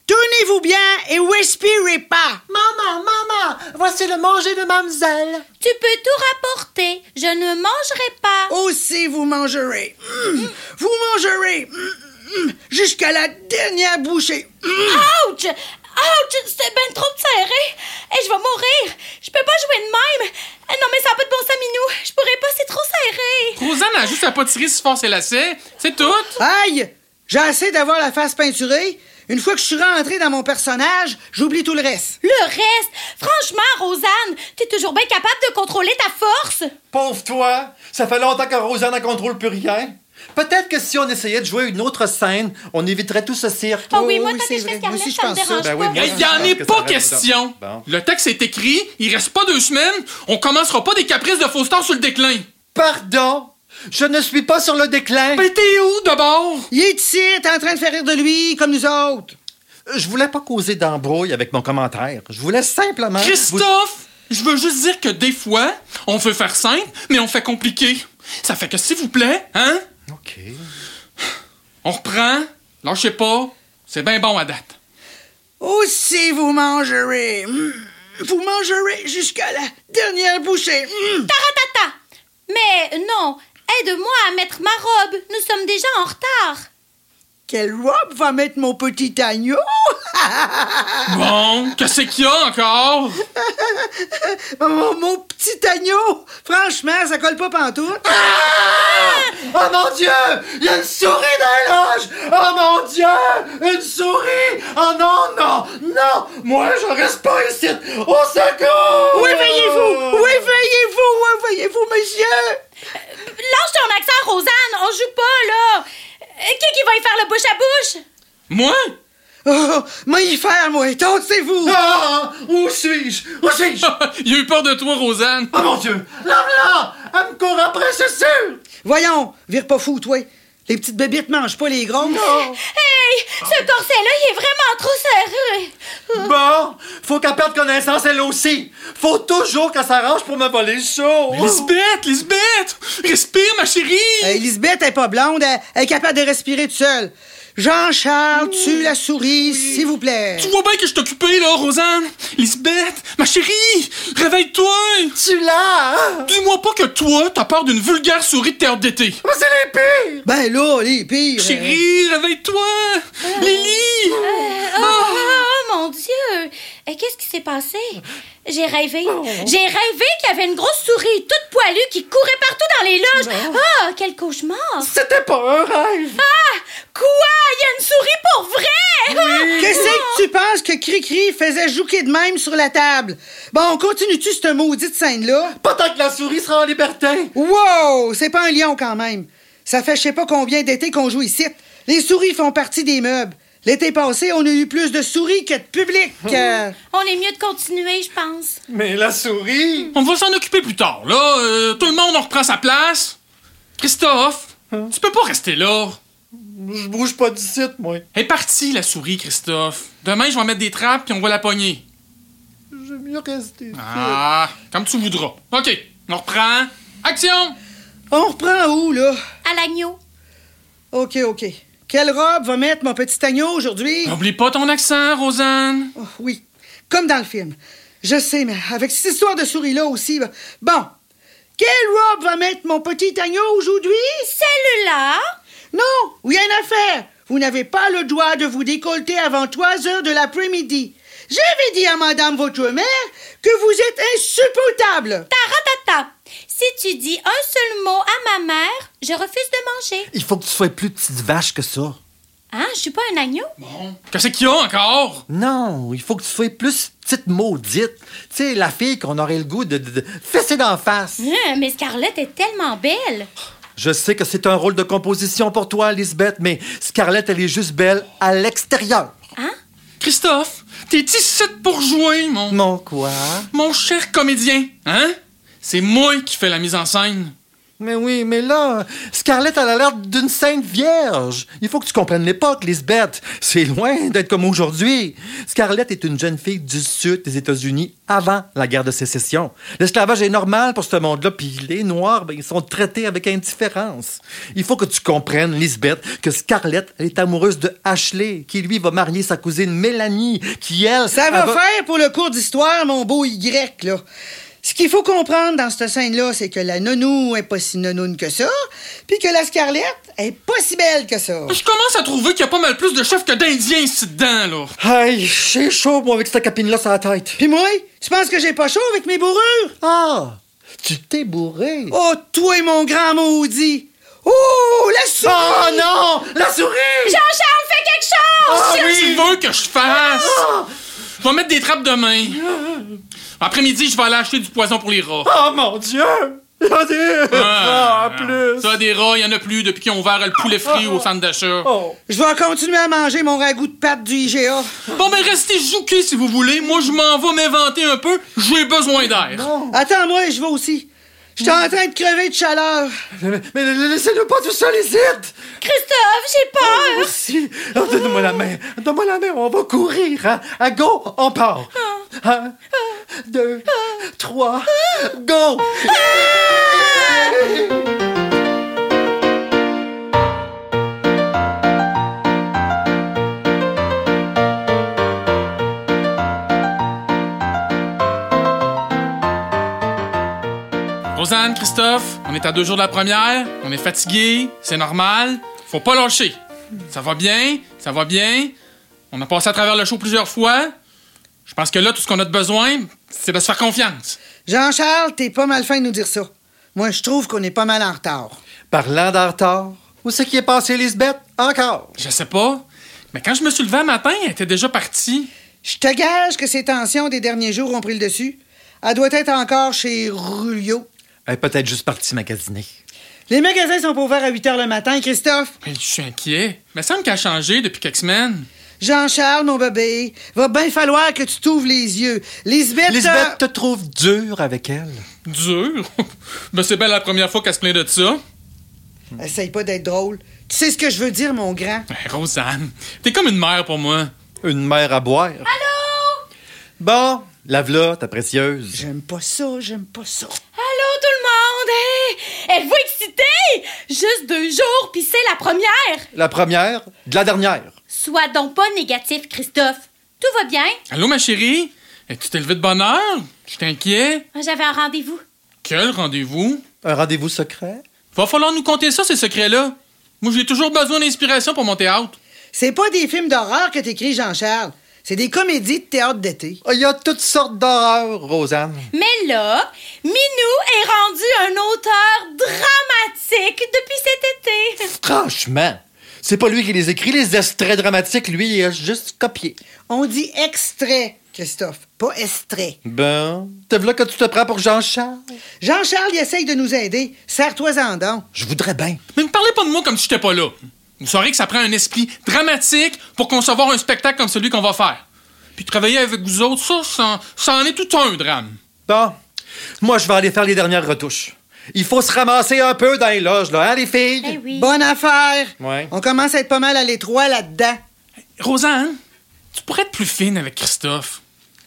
Tenez-vous bien et whispérez pas. Maman, maman, voici le manger de mamselle. Tu peux tout rapporter. Je ne mangerai pas. Aussi vous mangerez. Mm. Vous mangerez. Mm, mm, Jusqu'à la dernière bouchée. Mm. Ouch! Ouch! C'était ben trop serré! Et je vais mourir! Je peux pas jouer de même! Eh, Non, mais ça n'a pas de bon sens, Minou! Je pourrais pas, c'est trop serré! Rosanne a juste à pas tirer si fort ses lacets. C'est tout. Mm. Aïe! J'ai assez d'avoir la face peinturée. Une fois que je suis rentré dans mon personnage, j'oublie tout le reste. Le reste! Franchement, Rosanne, t'es toujours bien capable de contrôler ta force! Pauvre toi! Ça fait longtemps que Rosanne ne contrôle plus rien. Peut-être que si on essayait de jouer une autre scène, on éviterait tout ce cirque. Ah oui, moi, oui, tant c'est que je vrai. fais Moi aussi, Scarlett, je ça me dérange pense ça. Ben oui, pas. moi, Il je n'y en pense est que ça pas reste question. dedans. Bon. Le texte est écrit, il reste pas deux semaines, on commencera pas des caprices de Faustin sur le déclin. Pardon! Je ne suis pas sur le déclin! Mais Ben, t'es où d'abord? Il est ici, t'es en train de faire rire de lui, comme nous autres. Euh, Je voulais pas causer d'embrouille avec mon commentaire. Je voulais simplement. vous- Christophe, je veux juste dire que des fois, on veut faire simple, mais on fait compliqué. Ça fait que s'il vous plaît, hein, OK. on reprend, lâchez pas, c'est bien bon à date. Oh, si vous mangerez, mm, vous mangerez jusqu'à la dernière bouchée. mm. Taratata! Mais non, aide-moi à mettre ma robe. Nous sommes déjà en retard. Quelle robe va mettre mon petit agneau? Bon, que c'est qu'il y a encore? Mon, Oh, mon petit agneau! Franchement, ça colle pas pantoute. Oh mon Dieu! Il y a une souris dans la loge! Oh mon Dieu! Une souris! Oh non, non, non! Moi, je reste pas ici! Au secours! Oui, veillez-vous! Oui, veillez-vous! Oui, veillez-vous, monsieur! Lâche ton accent, Rosanne. On joue pas, là. Euh, Qui qui va y faire le bouche à bouche? Moi? [laughs] Oh, moi, y faire, moi! Tontez-vous! Ah! Où suis-je? Où suis-je? Il a eu peur de toi, Rosanne. Oh mon Dieu! Lave-la! Elle me court après, c'est sûr! Voyons, vire pas fou, toi! Les petites bébites mangent pas les grosses! Non! Hey, ce corset-là, il est vraiment trop serré. Bon! Faut qu'elle perde connaissance, elle aussi! Faut toujours qu'elle s'arrange pour me voler le show! Lisbeth, Lisbeth! Respire, ma chérie! Euh, Elisabeth est pas blonde, elle, elle est capable de respirer toute seule. Jean-Charles, tue la souris, s'il vous plaît! Tu vois bien que je t'occupais, là, Rosanne! Lisbeth, ma chérie! Réveille-toi! Tu l'as! hein? Dis-moi pas que toi, t'as peur d'une vulgaire souris de terre d'été. Mais c'est les pires! Ben là, les pires! Chérie, réveille-toi! Lily! Oh, mon Dieu! Et Qu'est-ce qui s'est passé? J'ai rêvé. J'ai rêvé qu'il y avait une grosse souris toute poilue qui courait partout dans les loges. Ah, quel cauchemar! Ah! C'était pas un rêve! Quoi? Il y a une souris pour vrai! Ah! Qu'est-ce que tu penses que Cricri faisait jouquer de même sur la table? Bon, continue-tu cette maudite scène-là? Pas tant que la souris sera en liberté! Wow! C'est pas un lion quand même. Ça fait je sais pas combien d'été qu'on joue ici. Les souris font partie des meubles. L'été passé, on a eu plus de souris que de public. euh. On est mieux de continuer, je pense. Mais la souris! On va s'en occuper plus tard, là. Euh, tout le monde, on reprend sa place. Christophe, tu peux pas rester là. Je bouge pas d'ici, moi. Elle est partie, la souris, Christophe. Demain, je vais mettre des trappes puis on va la pogner. Je vais mieux rester. Ah, comme tu voudras. OK, on reprend. Action! On reprend où, là? À l'agneau. OK, OK. Quelle robe va mettre mon petit agneau aujourd'hui? N'oublie pas ton accent, Rosanne. Oh, oui, comme dans le film. Je sais, mais avec cette histoire de souris-là aussi. ben- Bon. Quelle robe va mettre mon petit agneau aujourd'hui? Celle-là. Non, rien à faire. Vous n'avez pas le droit de vous décolleter avant trois heures de l'après-midi. J'avais dit à madame votre mère que vous êtes insupportable. Taratata. Si tu dis un seul mot à ma mère, je refuse de manger. Il faut que tu sois plus petite vache que ça. Hein? Je suis pas un agneau? Bon. Qu'est-ce qu'il y a encore? Non, il faut que tu sois plus petite maudite. Tu sais, la fille qu'on aurait le goût de, de, de fesser d'en face. Hum, mais Scarlett est tellement belle. Je sais que c'est un rôle de composition pour toi, Lisbeth, mais Scarlett, elle est juste belle à l'extérieur. Hein? Ah! Christophe, t'es ici pour jouer, mon... Mon quoi? Mon cher comédien, hein? C'est moi qui fais la mise en scène. Mais oui, mais là, Scarlett, elle a l'air d'une sainte vierge. Il faut que tu comprennes l'époque, Lisbeth. C'est loin d'être comme aujourd'hui. Scarlett est une jeune fille du sud des États-Unis avant la guerre de sécession. L'esclavage est normal pour ce monde-là, puis les Noirs, ben, ils sont traités avec indifférence. Il faut que tu comprennes, Lisbeth, que Scarlett elle est amoureuse de Ashley, qui lui va marier sa cousine Mélanie, qui elle... Ça elle va faire pour le cours d'histoire, mon beau Y, là. Ce qu'il faut comprendre dans cette scène-là, c'est que la nounou est pas si nounoune que ça, puis que la Scarlett est pas si belle que ça. Je commence à trouver qu'il y a pas mal plus de chefs que d'Indiens ici dedans, là. Hey, j'ai chaud, moi, avec cette capine-là sur la tête. Puis moi, tu penses que j'ai pas chaud avec mes bourrures? Ah, tu t'es bourré. Oh, toi, mon grand maudit! Oh, la souris! Oh non, la souris! Jean-Charles, fais quelque Ah! chose! Qu'est-ce que tu veux que je fasse? Je vais mettre des trappes demain. Après-midi, je vais aller acheter du poison pour les rats. Oh mon Dieu! Regardez! Ah, en plus! Ça, des rats, il y en a plus depuis qu'ils ont ouvert le poulet frit au centre d'achat. Oh, Je vais continuer à manger mon ragoût de pâte du IGA. ah. Bon, ben restez jouqués si vous voulez. Moi, je m'en vais m'inventer un peu. J'ai besoin d'air. Attends, moi, je vais aussi. Je suis en train de crever de chaleur. mais, mais laissez-le pas tout seul ici! Christophe, j'ai euh, peur! Merci! Oh, Donne-moi la main! Donne-moi la main, on va courir! Hein? À go, on part! Un, deux, trois, go! Rosanne, Christophe, on est à deux jours de la première. On est fatigué, c'est normal. Faut pas lâcher. Ça va bien, ça va bien. On a passé à travers le show plusieurs fois. Je pense que là, tout ce qu'on a de besoin, c'est de se faire confiance. Jean-Charles, t'es pas mal fin de nous dire ça. Moi, je trouve qu'on est pas mal en retard. Parlant d'en retard, où c'est qui est passé, Lisbeth? Encore! Je sais pas, mais quand je me suis levé un matin, elle était déjà partie. Je te gage que ces tensions des derniers jours ont pris le dessus. Elle doit être encore chez Rulio. Elle est peut-être juste partie magasiner. Les magasins sont pas ouverts à 8 h le matin, Christophe. Hey, je suis inquiet. Mais ça me qu'elle a changé depuis quelques semaines. Jean-Charles, mon bébé, va bien falloir que tu t'ouvres les yeux. Lisbeth. Lisbeth te trouve dure avec elle. Dur. [laughs] ben, c'est bien la première fois qu'elle se plaint de ça. euh, Essaye pas d'être drôle. Tu sais ce que je veux dire, mon grand. Ben, Rosanne, t'es comme une mère pour moi. Une mère à boire. Allô? Bon, lave-la, ta précieuse. J'aime pas ça, j'aime pas ça. Allô, tout le monde! Hey, Êtes-vous excités? Juste deux jours, puis c'est la première! La première, de la dernière. Sois donc pas négatif, Christophe. Tout va bien? Allô, ma chérie? Eh, tu t'es levée de bonne heure? Je t'inquiète. Ah, J'avais un rendez-vous. Quel rendez-vous? Un rendez-vous secret? Va falloir nous conter ça, ces secrets-là. Moi, j'ai toujours besoin d'inspiration pour mon théâtre. C'est pas des films d'horreur que t'écris, Jean-Charles. C'est des comédies de théâtre d'été. Il y a toutes sortes d'horreurs, Rosanne. Mais là, Minou est rendu un auteur dramatique depuis cet été. Franchement, c'est pas lui qui les écrit, les extraits dramatiques, lui, il a juste copié. On dit extrait, Christophe, pas estrait. Bon, te voilà que tu te prends pour Jean-Charles? Jean-Charles, il essaye de nous aider. Serre-toi-en donc. Je voudrais bien. Mais ne parlez pas de moi comme si j'étais pas là. Vous saurez que ça prend un esprit dramatique pour concevoir un spectacle comme celui qu'on va faire. Puis travailler avec vous autres, ça, ça, ça en est tout un drame. Bon, moi, je vais aller faire les dernières retouches. Il faut se ramasser un peu dans les loges, là, hein, les filles? Ben oui. Bonne affaire. Ouais. On commence à être pas mal à l'étroit là-dedans. Rosanne, tu pourrais être plus fine avec Christophe.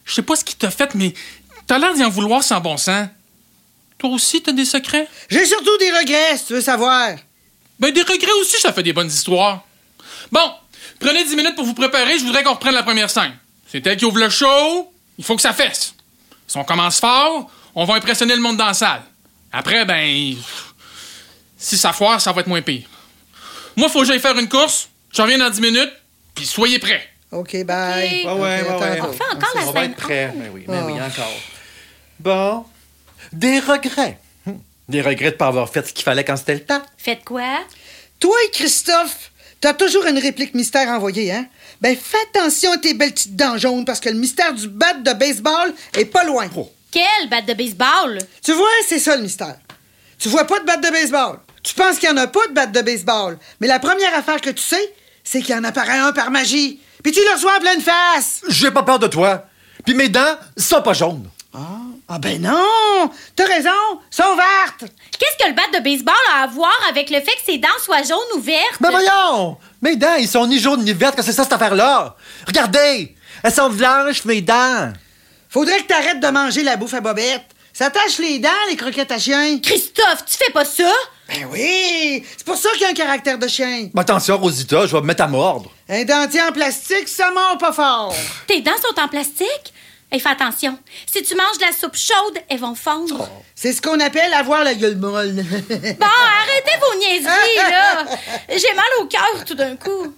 Je sais pas ce qu'il t'a fait, mais t'as l'air d'y en vouloir sans bon sens. Toi aussi, t'as des secrets? J'ai surtout des regrets, si tu veux savoir. Ben, des regrets aussi, ça fait des bonnes histoires. Bon, prenez 10 minutes pour vous préparer, je voudrais qu'on reprenne la première scène. C'est elle qui ouvre le show, il faut que ça fesse. Si on commence fort, on va impressionner le monde dans la salle. Après, ben. Si ça foire, ça va être moins pire. Moi, faut que j'aille faire une course, je reviens dans 10 minutes, puis soyez prêts. OK, bye. Ok. Ouais, ouais, Ok, ouais, à ouais. tantôt. Enfin, encore la On va scène. hein? être prêt. Mais oui, mais oui, encore. Bon, des regrets. Hum, Des regrets de ne pas avoir fait ce qu'il fallait quand c'était le temps. Faites quoi? Toi, Christophe, t'as toujours une réplique mystère envoyée, hein? Ben, fais attention à tes belles petites dents jaunes, parce que le mystère du bat de baseball est pas loin. Quelle batte de baseball? Tu vois, c'est ça le mystère. Tu vois pas de batte de baseball. Tu penses qu'il y en a pas de batte de baseball. Mais la première affaire que tu sais, c'est qu'il y en apparaît un par magie. Puis tu le reçois en pleine face. J'ai pas peur de toi. Puis mes dents sont pas jaunes. Ah ben non! T'as raison, sont vertes! Qu'est-ce que le bat de baseball a à voir avec le fait que ses dents soient jaunes ou vertes? Mais Ben, voyons! Mes dents, ils sont ni jaunes ni vertes, que c'est ça cette affaire-là! Regardez! Elles sont blanches, mes dents! Faudrait que t'arrêtes de manger la bouffe à bobette. Ça tâche les dents, les croquettes à chien. Christophe, tu fais pas ça? Ben oui! C'est pour ça qu'il y a un caractère de chien. Mais attention, Rosita, je vais me mettre à mordre. Un dentier en plastique, ça mord pas fort. Tes dents sont en plastique? Et fais attention. Si tu manges de la soupe chaude, elles vont fondre. C'est ce qu'on appelle avoir la gueule molle. [laughs] Bon, arrêtez vos niaiseries, là. J'ai mal au cœur tout d'un coup.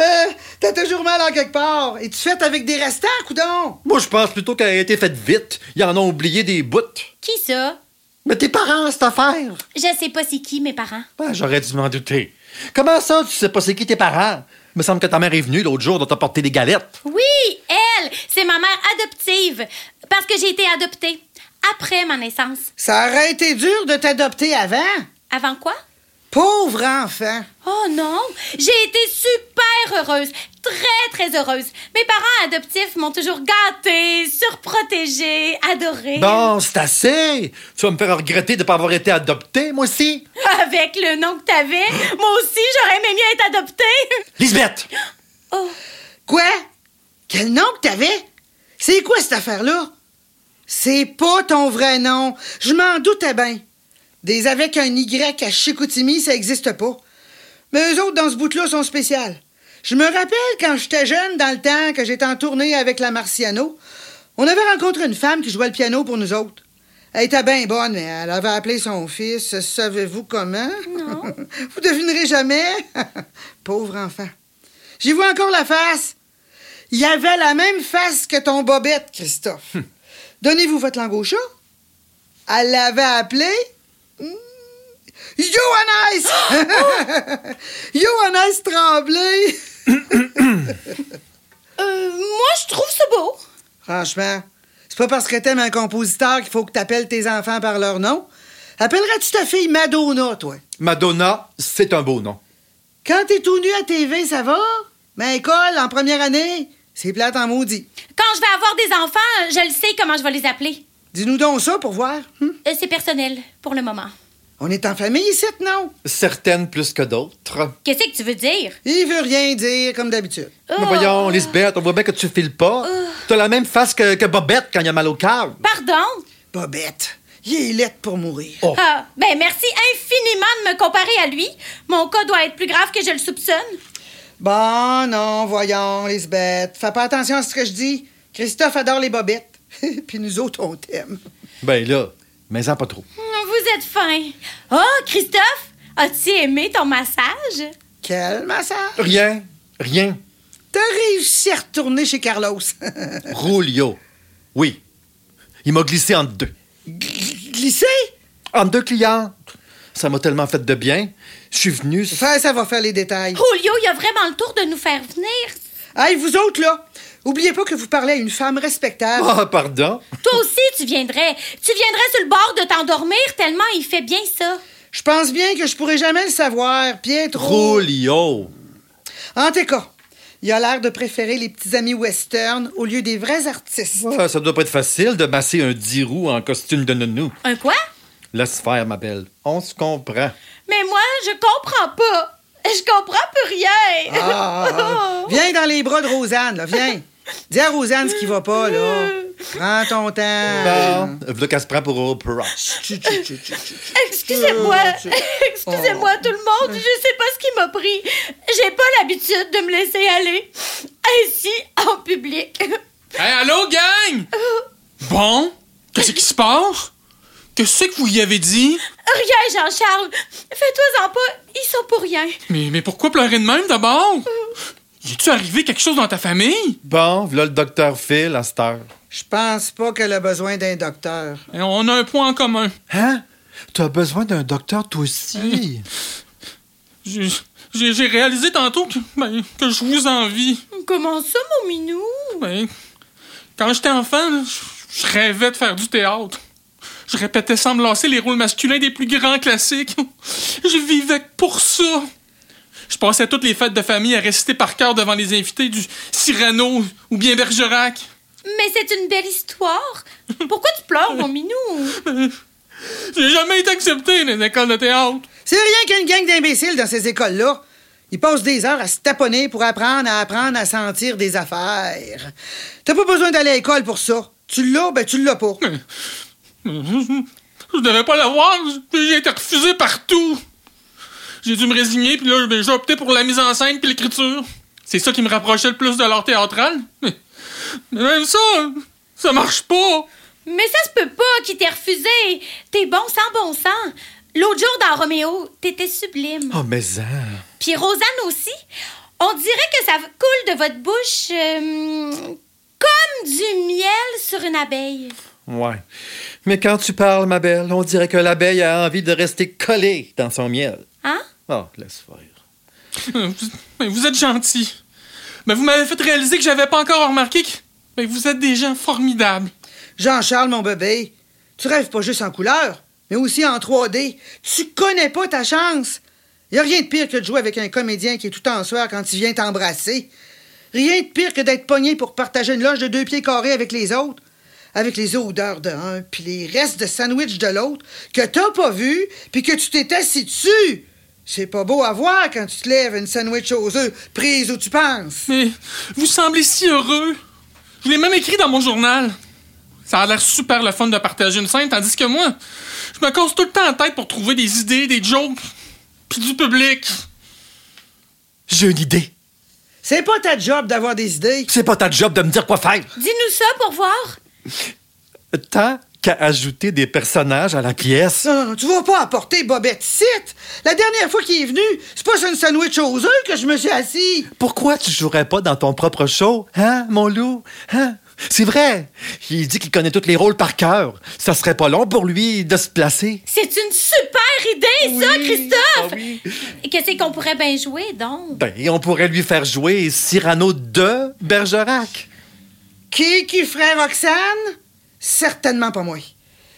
Euh, T'as toujours mal en quelque part. Et tu fais avec des restants, coudon. Moi, je pense plutôt qu'elle a été faite vite. Ils en ont oublié des bouts. Qui ça? Mais tes parents, cette affaire! Je sais pas c'est qui, mes parents. Ben, j'aurais dû m'en douter. Comment ça, tu sais pas c'est qui tes parents? Me semble que ta mère est venue l'autre jour de t'apporter des galettes. Oui, elle! C'est ma mère adoptive. Parce que j'ai été adoptée. Après ma naissance. Ça aurait été dur de t'adopter avant. Avant quoi? Pauvre enfant. Oh non! J'ai été super heureuse. Très, très heureuse. Mes parents adoptifs m'ont toujours gâtée, surprotégée, adorée. Bon, c'est assez! Tu vas me faire regretter de pas avoir été adopté, moi aussi! Avec le nom que t'avais, moi aussi, j'aurais aimé mieux être adoptée. Lisbeth! Oh, Quoi? Quel nom que t'avais? C'est quoi cette affaire-là? C'est pas ton vrai nom. Je m'en doutais bien. Des avec un Y à Chicoutimi, ça existe pas. Mais eux autres, dans ce bout-là, sont spéciales. Je me rappelle quand j'étais jeune, dans le temps que j'étais en tournée avec la Marciano, on avait rencontré une femme qui jouait le piano pour nous autres. Elle était bien bonne, mais elle avait appelé son fils. Savez-vous comment? Non. [laughs] Vous devinerez jamais. [laughs] Pauvre enfant. J'y vois encore la face. Il avait la même face que ton bobette, Christophe. Donnez-vous votre langue au chat. Elle l'avait appelé. hmm, Johannes! Johannes Tremblay! euh, moi, je trouve ça beau. Franchement, c'est pas parce que t'aimes un compositeur qu'il faut que t'appelles tes enfants par leur nom. Appelleras-tu ta fille Madonna, toi? Madonna, c'est un beau nom. Quand t'es tout nu à TV, ça va? Mais à école, en première année, c'est plate en maudit. Quand je vais avoir des enfants, je le sais comment je vais les appeler. Dis-nous donc ça pour voir. Hmm? Euh, C'est personnel, pour le moment. On est en famille ici, non? Certaines plus que d'autres. Qu'est-ce que tu veux dire? Il veut rien dire, comme d'habitude. Mais Oh, voyons, Lisbeth, on voit bien que tu files pas. T'as la même face que, que Bobette quand il a mal au cœur. Pardon? Pas bête. Il est lettre pour mourir. Oh. Ah, ben merci infiniment de me comparer à lui. Mon cas doit être plus grave que je le soupçonne. Bon, non, voyons, Lisbeth. Fais pas attention à ce que je dis. Christophe adore les bobettes. [laughs] Puis nous autres, on t'aime. Ben là, mais en pas trop. Hum, Vous êtes fin. Oh, Christophe, as-tu aimé ton massage? Quel massage! Rien, rien. T'as réussi à retourner chez Carlos. [laughs] Roulio. Oui. Il m'a glissé entre deux. Glisser? Entre deux clients. Ça m'a tellement fait de bien. Je suis venu. Faire, ça va faire les détails. Julio, il a vraiment le tour de nous faire venir. Hey, vous autres, là, oubliez pas que vous parlez à une femme respectable. Ah, pardon. Toi aussi, tu viendrais. Tu viendrais sur le bord de t'endormir tellement il fait bien ça. Je pense bien que je pourrais jamais le savoir. Pietro. Roulio. En tout cas, il a l'air de préférer les petits amis western au lieu des vrais artistes. Ah, ça doit pas être facile de masser un dix roues en costume de nounou. Un quoi? Laisse faire, ma belle. On se comprend. Mais moi, je comprends pas. Je comprends plus rien. Ah, ah, ah. viens dans les bras de Rosanne, là, viens. Dis à Rosanne ce qui va pas, là. Prends ton temps. Bon, voilà qu'elle se prend pour Oprah. Chut, chut, chut, chut, chut. [laughs] Excusez-moi, Tu- excusez-moi tout le monde, je sais pas ce qui m'a pris. J'ai pas l'habitude de me laisser aller ainsi en public. Hey, allô, gang! Bon, qu'est-ce qui se passe? Qu'est-ce que vous y avez dit? Rien, Jean-Charles, fais-toi-en pas, ils sont pour rien. Mais, mais pourquoi pleurer de même d'abord? Y est-tu arrivé quelque chose dans ta famille? Bon, voilà le docteur Phil à cette heure. Je pense pas qu'elle a besoin d'un docteur. Eh, On a un point en commun. Hein? T'as besoin d'un docteur toi aussi. J'ai j'ai- j'ai réalisé tantôt que, ben, que je vous envie. Comment ça, mon minou? Ben, quand j'étais enfant, là, je je rêvais de faire du théâtre. Je répétais sans me lasser les rôles masculins des plus grands classiques. Je vivais que pour ça. Je passais toutes les fêtes de famille à réciter par cœur devant les invités du Cyrano ou bien Bergerac. Mais c'est une belle histoire. Pourquoi tu pleures, mon minou? J'ai jamais été accepté dans une école de théâtre. C'est rien qu'une gang d'imbéciles dans ces écoles-là. Ils passent des heures à se taponner pour apprendre à apprendre à sentir des affaires. T'as pas besoin d'aller à l'école pour ça. Tu l'as, ben tu l'as pas. Je devais pas l'avoir, puis j'ai été refusé partout. J'ai dû me résigner, puis là, ben, j'ai opté pour la mise en scène puis l'écriture. C'est ça qui me rapprochait le plus de l'art théâtral. Mais mais même ça, Ça marche pas! Mais ça se peut pas qu'il t'ait refusé. T'es bon sans bon sens. L'autre jour dans Roméo, t'étais sublime. Oh, mais hein. Puis Rosanne aussi. On dirait que ça coule de votre bouche euh, comme du miel sur une abeille. Ouais. Mais quand tu parles, ma belle, on dirait que l'abeille a envie de rester collée dans son miel. Hein? Oh, laisse faire. Euh, vous- Mais vous êtes gentil. Mais vous m'avez fait réaliser que j'avais pas encore remarqué que mais vous êtes des gens formidables. Jean-Charles, mon bébé, tu rêves pas juste en couleur, mais aussi en 3D. Tu connais pas ta chance. Y a rien de pire que de jouer avec un comédien qui est tout en sueur quand il vient t'embrasser. Rien de pire que d'être pogné pour partager une loge de deux pieds carrés avec les autres. Avec les odeurs de un, puis les restes de sandwich de l'autre, que t'as pas vu, puis que tu t'es assis dessus. C'est pas beau à voir quand tu te lèves une sandwich aux œufs, prise où tu penses. Mais vous semblez si heureux. Je l'ai même écrit dans mon journal. Ça a l'air super le fun de partager une scène, tandis que moi, je me casse tout le temps la tête pour trouver des idées, des jokes, puis du public. J'ai une idée. C'est pas ta job d'avoir des idées. C'est pas ta job de me dire quoi faire. Dis-nous ça pour voir. Tant qu'à ajouter des personnages à la pièce. Non, non, tu vas pas apporter Bobette site. La dernière fois qu'il est venu, c'est pas sur une sandwich aux œufs que je me suis assis. Pourquoi tu jouerais pas dans ton propre show, hein, mon loup? Hein? C'est vrai. Il dit qu'il connaît tous les rôles par cœur. Ça serait pas long pour lui de se placer. C'est une super idée, ça, Christophe! Ah oui. Et Qu'est-ce qu'on pourrait bien jouer, donc? Ben, on pourrait lui faire jouer Cyrano de Bergerac. Qui qui ferait Roxane? Certainement pas moi.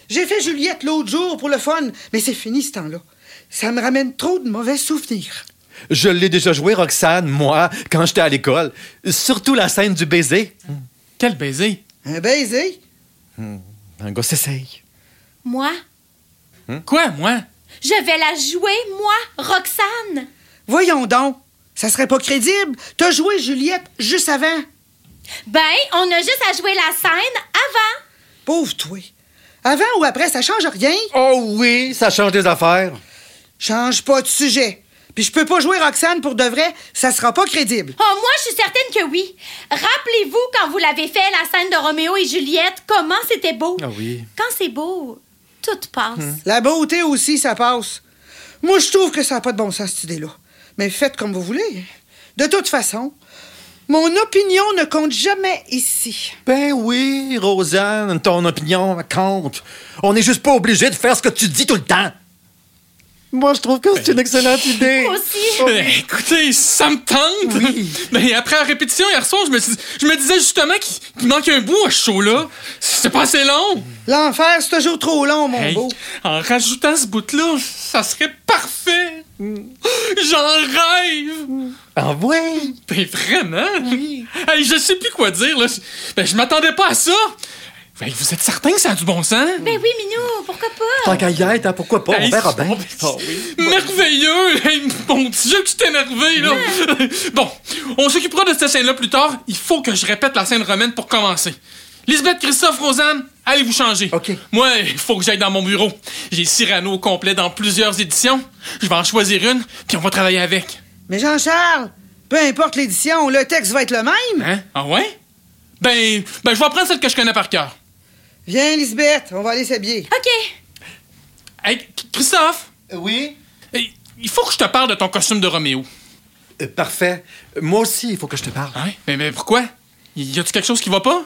J'ai fait Juliette l'autre jour pour le fun, mais c'est fini ce temps-là. Ça me ramène trop de mauvais souvenirs. Je l'ai déjà joué, Roxane, moi, quand j'étais à l'école. Surtout la scène du baiser. Quel baiser! Un baiser? Un gars s'essaye. Moi? Hein? Quoi, moi? Je vais la jouer, moi, Roxane! Voyons donc. Ça serait pas crédible. T'as joué Juliette juste avant. Ben, on a juste à jouer la scène avant! Pauvre toi. Avant ou après, ça change rien. Oh oui, ça change des affaires. Change pas de sujet. Puis je peux pas jouer Roxane pour de vrai. Ça sera pas crédible. Oh, moi, je suis certaine que oui. Rappelez-vous quand vous l'avez fait, la scène de Roméo et Juliette, comment c'était beau. Ah oui. Hum. Quand c'est beau, tout passe. La beauté aussi, ça passe. Moi, je trouve que ça n'a pas de bon sens, cette idée-là. Mais faites comme vous voulez. De toute façon, mon opinion ne compte jamais ici. Ben oui, Rosanne, ton opinion compte. On n'est juste pas obligé de faire ce que tu dis tout le temps. Moi, je trouve que c'est une [laughs] excellente idée. Moi aussi. Ben, [laughs] écoutez, ça me tente! Ben, après la répétition hier soir, je me, dis- je me disais justement qu'il qu'il manquait un bout à ce show-là. C'est pas assez long! L'enfer, c'est toujours trop long, mon Hey, beau. en rajoutant ce bout-là, ça serait parfait! J'en rêve! Ah oui? Ben vraiment? Hey, je sais plus quoi dire, là. Ben, je m'attendais pas à ça! Ben, vous êtes certain que ça a du bon sens? Ben oui, Minou, pourquoi pas? [laughs] Tant qu'à y être, hein, pourquoi pas? On Hey, verra [laughs] bien. Ah c'est- Merveilleux! Hey, mon Dieu, que tu t'es énervé, là! [laughs] bon, on s'occupera de cette scène-là plus tard. Il faut que je répète la scène romaine pour commencer. Lisbeth, Christophe, Rosanne, allez vous changer. OK. Moi, il faut que j'aille dans mon bureau. J'ai Cyrano au complet dans plusieurs éditions. Je vais en choisir une, puis on va travailler avec. Mais Jean-Charles, peu importe l'édition, le texte va être le même. Hein? Ah ouais? Ben, ben je vais prendre celle que je connais par cœur. Viens, Lisbeth, on va aller s'habiller. OK. Hey, Ch- Christophe, Oui? hey, il faut que je te parle de ton costume de Roméo. Euh, parfait. Moi aussi, il faut que je te parle. Hein? Mais, mais pourquoi? Y y a-tu quelque chose qui va pas?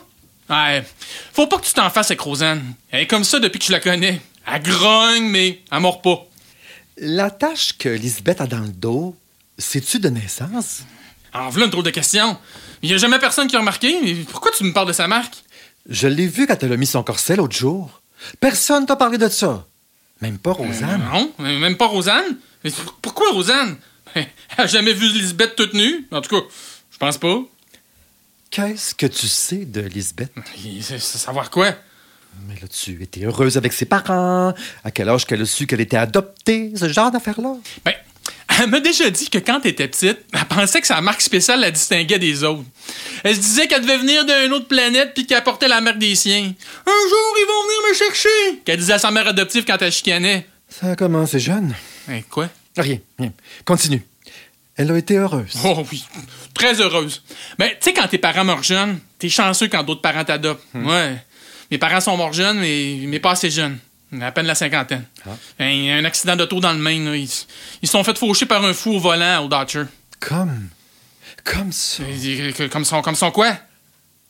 Ouais. Faut pas que tu t'en fasses avec Rosanne. Elle est comme ça depuis que je la connais. Elle grogne, mais elle mord pas. La tâche que Lisbeth a dans le dos, c'est-tu de naissance? En voilà une drôle de question. Y a jamais personne qui a remarqué, mais pourquoi tu me parles de sa marque? Je l'ai vu quand elle a mis son corset l'autre jour. Personne t'a parlé de ça. Même pas Rosanne. Non, mais même pas Rosanne. Mais pour- pourquoi Rosanne? [laughs] Elle a jamais vu Lisbeth toute nue. En tout cas, je pense pas. Qu'est-ce que tu sais de Lisbeth? Et c'est- c'est Savoir quoi? Mais là, tu étais heureuse avec ses parents. À quel âge qu'elle a su qu'elle était adoptée? Ce genre d'affaires-là. Ben, elle m'a déjà dit que quand elle était petite, elle pensait que sa marque spéciale la distinguait des autres. Elle se disait qu'elle devait venir d'une autre planète puis qu'elle portait la marque des siens. Un jour, ils vont venir me chercher! Qu'elle disait à sa mère adoptive quand elle chicanait. Ça a commencé jeune. Hein, quoi? Rien, rien. Continue. Elle a été heureuse. Oh oui, Ben, très heureuse. Mais tu sais, quand tes parents meurent jeunes, t'es chanceux quand d'autres parents t'adoptent. Ouais. Mes parents sont morts jeunes, mais, mais pas assez jeunes. À peine la cinquantaine. Ben, Un, un accident d'auto dans le Maine. là. Ils ils se sont fait faucher par un fou au volant au Dodger. Ben, Comme. Comme ça. Ils- ils- Comme son, comme son quoi?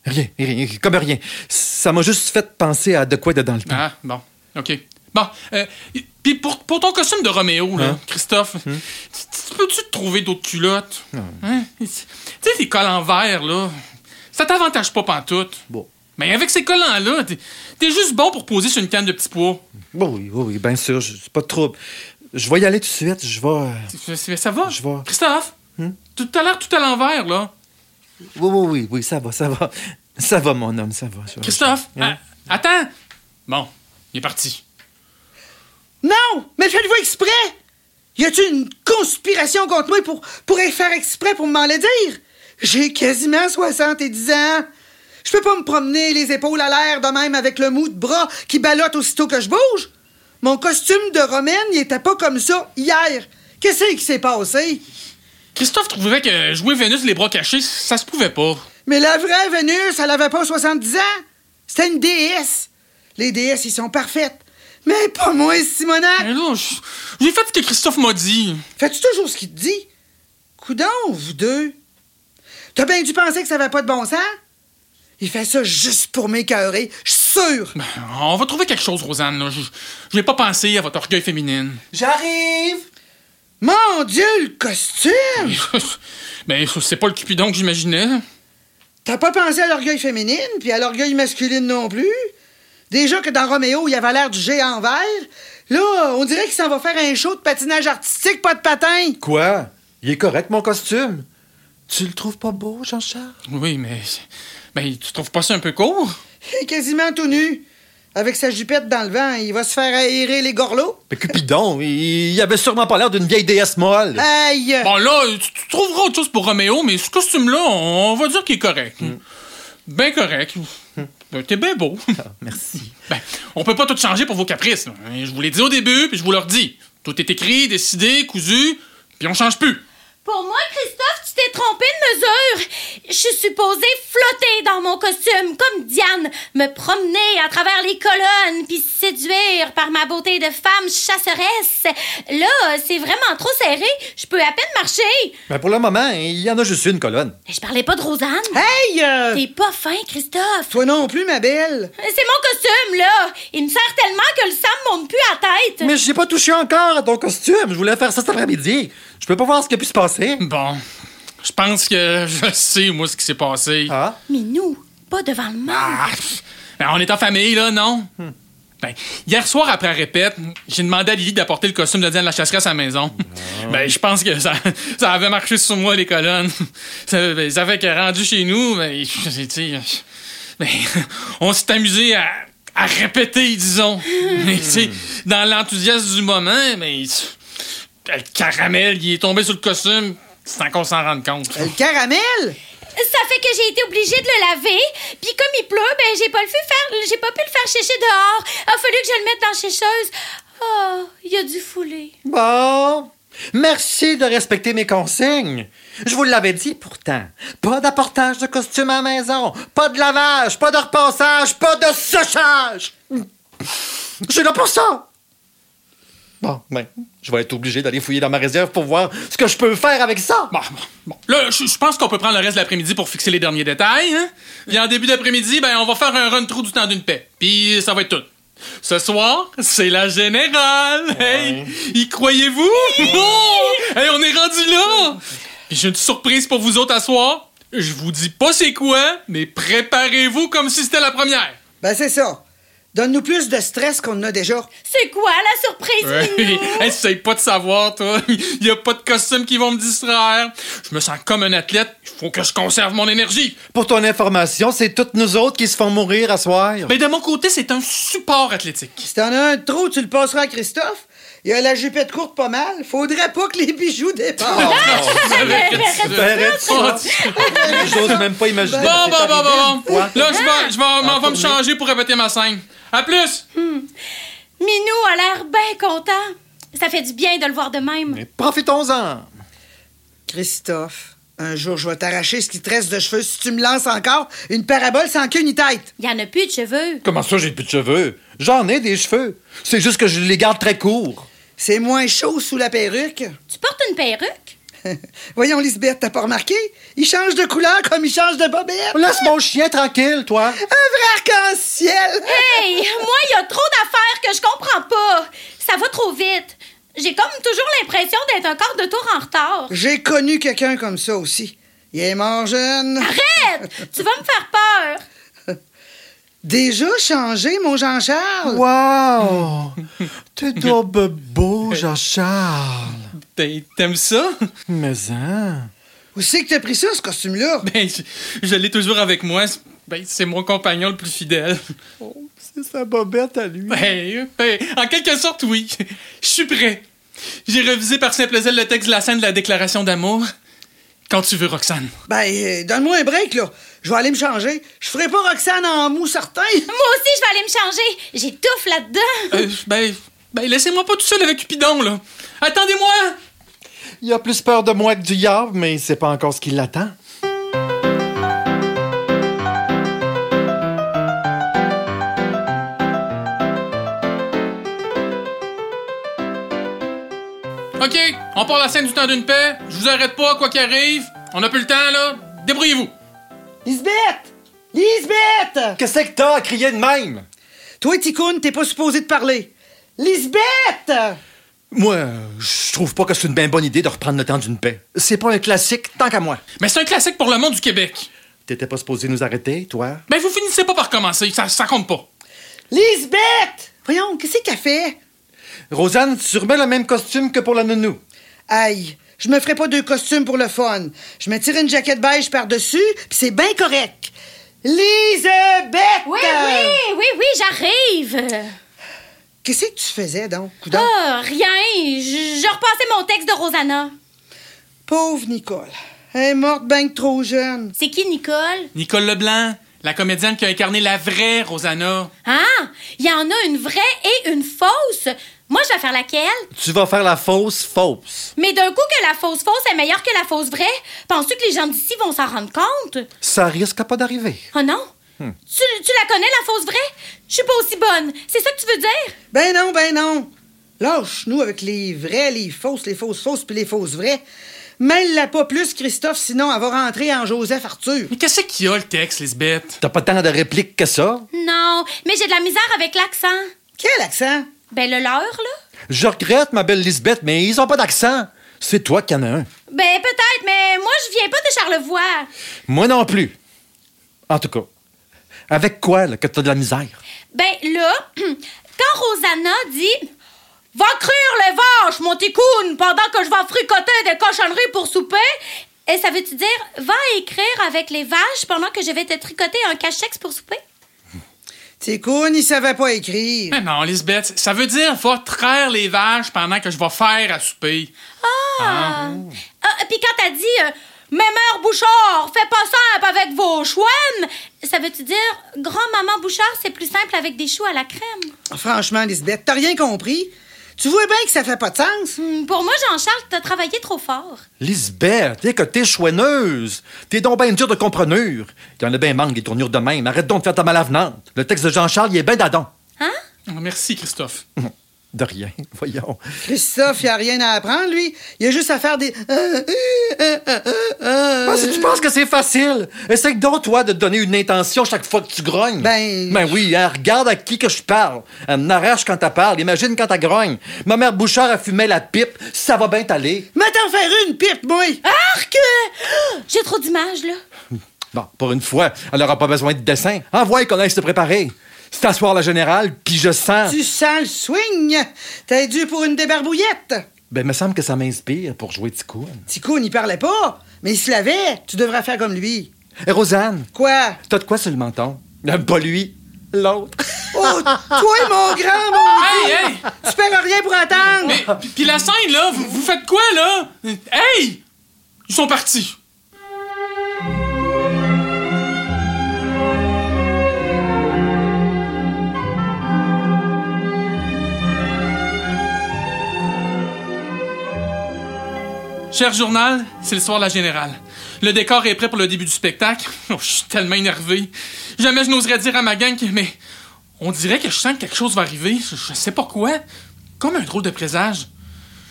Rien, rien, comme rien. Ça m'a juste fait penser à de quoi de dans le temps. Ah, bon. OK. Bon. euh, y- Puis pour, pour ton costume de Roméo, là, Hein? Christophe, tu- tu- peux-tu te trouver d'autres culottes? Hein? Tu sais, les collants verts, là, ça t'avantage pas pantoute. Bon. Mais avec ces collants-là, t'es t'es juste bon pour poser sur une canne de petits pois. Bon, oui, oui, oui, bien sûr, je- c'est pas de trouble. Je vais y aller tout de suite, je vais... euh, Ça, ça- ça va? Je vois. Hein? Ah, Christophe, tout à l'heure, tout à l'envers, là. Oui, oui, oui, oui, ça va, ça va. Ça va, mon homme, ça va. ça va. Christophe, Hein? a- attends. Bon, il est parti. Non, mais faites-vous exprès! Y a-tu une conspiration contre moi pour, pour faire exprès pour m'en le dire? J'ai quasiment 70 ans. Je peux pas me promener les épaules à l'air de même avec le mou de bras qui ballotte aussitôt que je bouge. Mon costume de romaine, il était pas comme ça hier. Qu'est-ce qui s'est passé? Christophe trouvait que jouer Vénus les bras cachés, ça se pouvait pas. Mais la vraie Vénus, elle avait pas 70 ans. C'était une déesse. Les déesses, ils sont parfaites. Mais pas moi, Simonac. Mais là, j- j'ai fait ce que Christophe m'a dit. Fais-tu toujours ce qu'il te dit? Coudon, vous deux. T'as bien dû penser que ça avait pas de bon sens? Il fait ça juste pour m'écœurer, je suis sûr. Ben, on va trouver quelque chose, Rosanne. Là. J- Je n'ai pas pensé à votre orgueil féminine. J'arrive! Mon Dieu, le costume! ben, c'est pas le Cupidon que j'imaginais. T'as pas pensé à l'orgueil féminine, puis à l'orgueil masculine non plus? Déjà que dans Roméo, il avait l'air du géant vert. Là, on dirait qu'il s'en va faire un show de patinage artistique, pas de patin. [laughs] Quoi? Il est correct, mon costume? Tu le trouves pas beau, Jean-Charles? Oui, mais. Ben, tu trouves pas ça un peu court? Il est quasiment tout nu. Avec sa jupette dans le vent, il va se faire aérer les gorlots. Mais Cupidon, il il avait sûrement pas l'air d'une vieille déesse molle. Ah. Aïe! Bon, là, tu, tu trouveras autre chose pour Roméo, mais ce costume-là, on, on va dire qu'il est correct. Ben correct. Ben, T'es bien beau. Merci. Ben, on peut pas tout changer pour vos caprices. là. Je vous l'ai dit au début, puis je vous le redis. Tout est écrit, décidé, cousu, puis on change plus. Pour moi, Christophe, tu t'es trompé de mesure. Je suis supposée flotter dans mon costume, comme Diane, me promener à travers les colonnes, puis séduire par ma beauté de femme chasseresse. Là, c'est vraiment trop serré. Je peux à peine marcher. Mais pour le moment, il y en a juste une colonne. Mais Je parlais pas de Rosanne. Aïe! T'es pas fin, Christophe. Toi non plus, ma belle. C'est mon costume, là. Il me sert tellement que le sang me monte plus à la tête. Mais j'ai pas touché encore à ton costume. Je voulais faire ça cet après-midi. Je peux pas voir ce qui a pu se passer. Bon, je pense que [laughs] je sais, moi, ce qui s'est passé. Ah? Mais nous, pas devant le monde. Ah, pff, ben, on est en famille, là, non? Ben, hier soir, après la répète, j'ai demandé à Lily d'apporter le costume de Diane la chasseresse à la maison. Ben, je pense que ça, ça avait marché sur moi, les colonnes. Ça, ben, ça fait que rendu chez nous, ben, je- tu sais, ben, on s'est amusé à, à répéter, disons. Mais, tu sais, dans l'enthousiasme du moment, mais le caramel, il est tombé sur le costume sans qu'on s'en rende compte. Le caramel? Ça fait que j'ai été obligée de le laver. Puis comme il pleut, ben j'ai pas le fait faire, j'ai pas pu le faire sécher dehors. Ah, A fallu que je le mette dans la sécheuse. Oh, il a dû fouler. Bon. Merci de respecter mes consignes. Je vous l'avais dit pourtant. Pas d'apportage de costume à la maison. Pas de lavage. Pas de repassage. Pas de séchage. [laughs] Je suis là pour ça. Bon, ben, je vais être obligé d'aller fouiller dans ma réserve pour voir ce que je peux faire avec ça. Bon, bon, bon. Là, je je pense qu'on peut prendre le reste de l'après-midi pour fixer les derniers détails. Hein? Puis en début d'après-midi, ben, on va faire un run trou du temps d'une paix. Puis ça va être tout. Ce soir, c'est la générale. Hey, y croyez-vous? [laughs] Oh! Hey, on est rendu là. Puis j'ai une surprise pour vous autres à soir. Je vous dis pas c'est quoi, mais préparez-vous comme si c'était la première. Ben, c'est ça. Donne-nous plus de stress qu'on a déjà. C'est quoi la surprise, Minou? [laughs] Hey, Essaye pas de savoir, toi. [laughs] Il y a pas de costume qui vont me distraire. Je me sens comme un athlète. Il faut que je conserve mon énergie. Pour ton information, c'est toutes nous autres qui se font mourir à soir. Mais de mon côté, c'est un support athlétique. Si t'en as un de trop, tu le passeras à Christophe. Il a la jupette courte pas mal. Faudrait pas que les bijoux [laughs] dépassent. [laughs] Oh, tu- J'ose même pas imaginer. Bon, bon, bon, bon, bon. Ouais. Là, je vais, je vais, m'en vais me changer Ah, pour répéter ma scène. À plus! Minou a l'air bien content. Ça fait du bien de le voir de même. Profitons-en. Christophe, Un jour, je vais t'arracher ce qui te reste de cheveux si tu me lances encore une parabole sans queue ni tête. Il n'y en a plus de cheveux. Comment ça, j'ai plus de cheveux? J'en ai des cheveux. C'est juste que je les garde très courts. C'est moins chaud sous la perruque. [laughs] Tu portes une perruque? Voyons, Lisbeth, t'as pas remarqué? Il change de couleur comme il change de bobette. Laisse mon chien tranquille, toi. Un vrai arc-en-ciel! Hey, [laughs] moi, il y a trop d'affaires que je comprends pas. Ça va trop vite. J'ai comme toujours l'impression d'être un quart de tour en retard. J'ai connu quelqu'un comme ça aussi. Il est mort jeune. Arrête! tu vas me faire peur. Déjà changé, mon Jean-Charles? Wow! T'es donc ben beau, Jean-Charles. T'es- T'aimes ça? Mais hein? Où c'est que t'as pris ça, ce [laughs] costume-là? [laughs] Ben, je, je l'ai toujours avec moi. C'est- Ben, c'est mon compagnon le plus [laughs] fidèle. C'est sa bobette à lui. Ben, ben, en quelque sorte, oui. Je suis prêt. J'ai révisé par simple zèle le texte de la scène de la déclaration d'amour. Quand tu veux, Roxane. Ben, euh, donne-moi un break, là. Je vais aller me changer. Je ferai pas Roxane en mou certain. Moi aussi, je vais aller me changer. J'étouffe là-dedans. Euh, ben, ben laissez-moi pas tout seul avec Cupidon, là. Attendez-moi! Il a plus peur de moi que du diable, mais c'est pas encore ce qui l'attend. OK, on part la scène du temps d'une paix. Je vous arrête pas, quoi qu'il arrive. On n'a plus le temps, là. Débrouillez-vous. Lisbeth! Lisbeth! Qu'est-ce que t'as à crier de même? Toi, Ticoune, t'es pas supposé de parler. Lisbeth! Moi, je trouve pas que c'est une bien bonne idée de reprendre le temps d'une paix. C'est pas un classique, tant qu'à moi. Mais c'est un classique pour le monde du Québec. T'étais pas supposé nous arrêter, toi? Ben, vous finissez pas par commencer. Ça, ça compte pas. Lisbeth! Voyons, qu'est-ce qu'elle fait? Rosanne, tu remets le même costume que pour la nounou. Aïe, je me ferai pas deux costumes pour le fun. Je me tire une jaquette beige par-dessus, puis c'est bien correct. Lisbeth! Oui, oui, oui, oui, j'arrive. Qu'est-ce que tu faisais, donc, coudon? Ah, rien. Je, je repassais mon texte de Rosanna. Pauvre Nicole. Elle est morte bien que trop jeune. C'est qui, Nicole? Nicole Leblanc, la comédienne qui a incarné la vraie Rosanna. Ah, il y en a une vraie et une fausse. Moi, je vais faire laquelle? Tu vas faire la fausse fausse. Mais d'un coup que la fausse fausse est meilleure que la fausse vraie, penses-tu que les gens d'ici vont s'en rendre compte? Ça risque pas d'arriver. Oh non? Tu, tu la connais, la fausse vraie? Je suis pas aussi bonne. C'est ça que tu veux dire? Ben non, ben non. Lâche-nous avec les vrais, les fausses, les fausses fausses, puis les fausses vraies. Mêle-la pas plus, Christophe, sinon elle va rentrer en Joseph Arthur. Mais qu'est-ce qu'il y a, le texte, Lisbeth? T'as pas tant de répliques que ça? Non, mais j'ai de la misère avec l'accent. Quel accent? Ben, le leur, là? Je regrette, ma belle Lisbeth, mais ils ont pas d'accent. C'est toi qui en as un. Ben, peut-être, mais moi, je viens pas de Charlevoix. Moi non plus. En tout cas, avec quoi là, que t'as de la misère? Ben, là, [clears throat] quand Rosanna dit Va crire les vaches, mon ticoune, pendant que je vais fricoter des cochonneries pour souper. Et ça veut-tu dire Va écrire avec les vaches pendant que je vais te tricoter un cachex pour souper? T'es con, il savait pas écrire. Mais Ben non, Lisbeth, ça veut dire va traire les vaches pendant que je vais faire à souper. Ah! Ah, Puis quand t'as dit euh, Mémère Bouchard, fais pas simple avec vos chouennes, ça veut-tu dire Grand-maman Bouchard, c'est plus simple avec des choux à la crème? Franchement, Lisbeth, t'as rien compris. Tu vois bien que ça fait pas de sens. Hmm, Pour moi, Jean-Charles, t'as travaillé trop fort. Lisbeth, t'es que t'es chouenneuse. T'es donc bien dure de comprenure. Il y en a bien manque des tournures de même. Arrête donc de faire ta malavenante. Le texte de Jean-Charles, il est bien d'adon. Hein? Oh, merci, Christophe. De rien, [laughs] voyons. Christophe, il a rien à apprendre, lui. Il a juste à faire des. euh, Ah, si tu penses que c'est facile, essaye donc, toi, de te donner une intention chaque fois que tu grognes. Ben- Ben oui, hein, regarde à qui que je parle. Elle m'arrache quand elle parle, imagine quand elle grogne. Ma mère Bouchard a fumé la pipe, ça va bien t'aller. Mais t'en faire une pipe, moi! Arc! Ah, J'ai trop d'images, là. Bon, pour une fois, elle n'aura pas besoin de dessin. Envoie qu'on aille se préparer. C'est à soir la générale, puis je sens... Tu sens le swing! T'es dû pour une débarbouillette! Ben, me semble que ça m'inspire pour jouer Ticoun. Tico n'y parlait pas, mais il se lavait. Tu devrais faire comme lui. Hé, Rosanne, Quoi? t'as de quoi sur le menton? Euh, Pas lui, l'autre. Oh, toi, mon grand, mon... Hey, hey! Tu perds rien pour attendre! Mais, puis- puis la scène, là, vous, vous faites quoi, là? Hey! Ils sont partis. Je Cher journal, c'est le soir de la générale. Le décor est prêt pour le début du spectacle. [laughs] Oh, je suis tellement énervé. Jamais je n'oserais dire à ma gang que, mais on dirait que je sens que quelque chose va arriver. Je, je sais pas quoi. Comme un drôle de présage.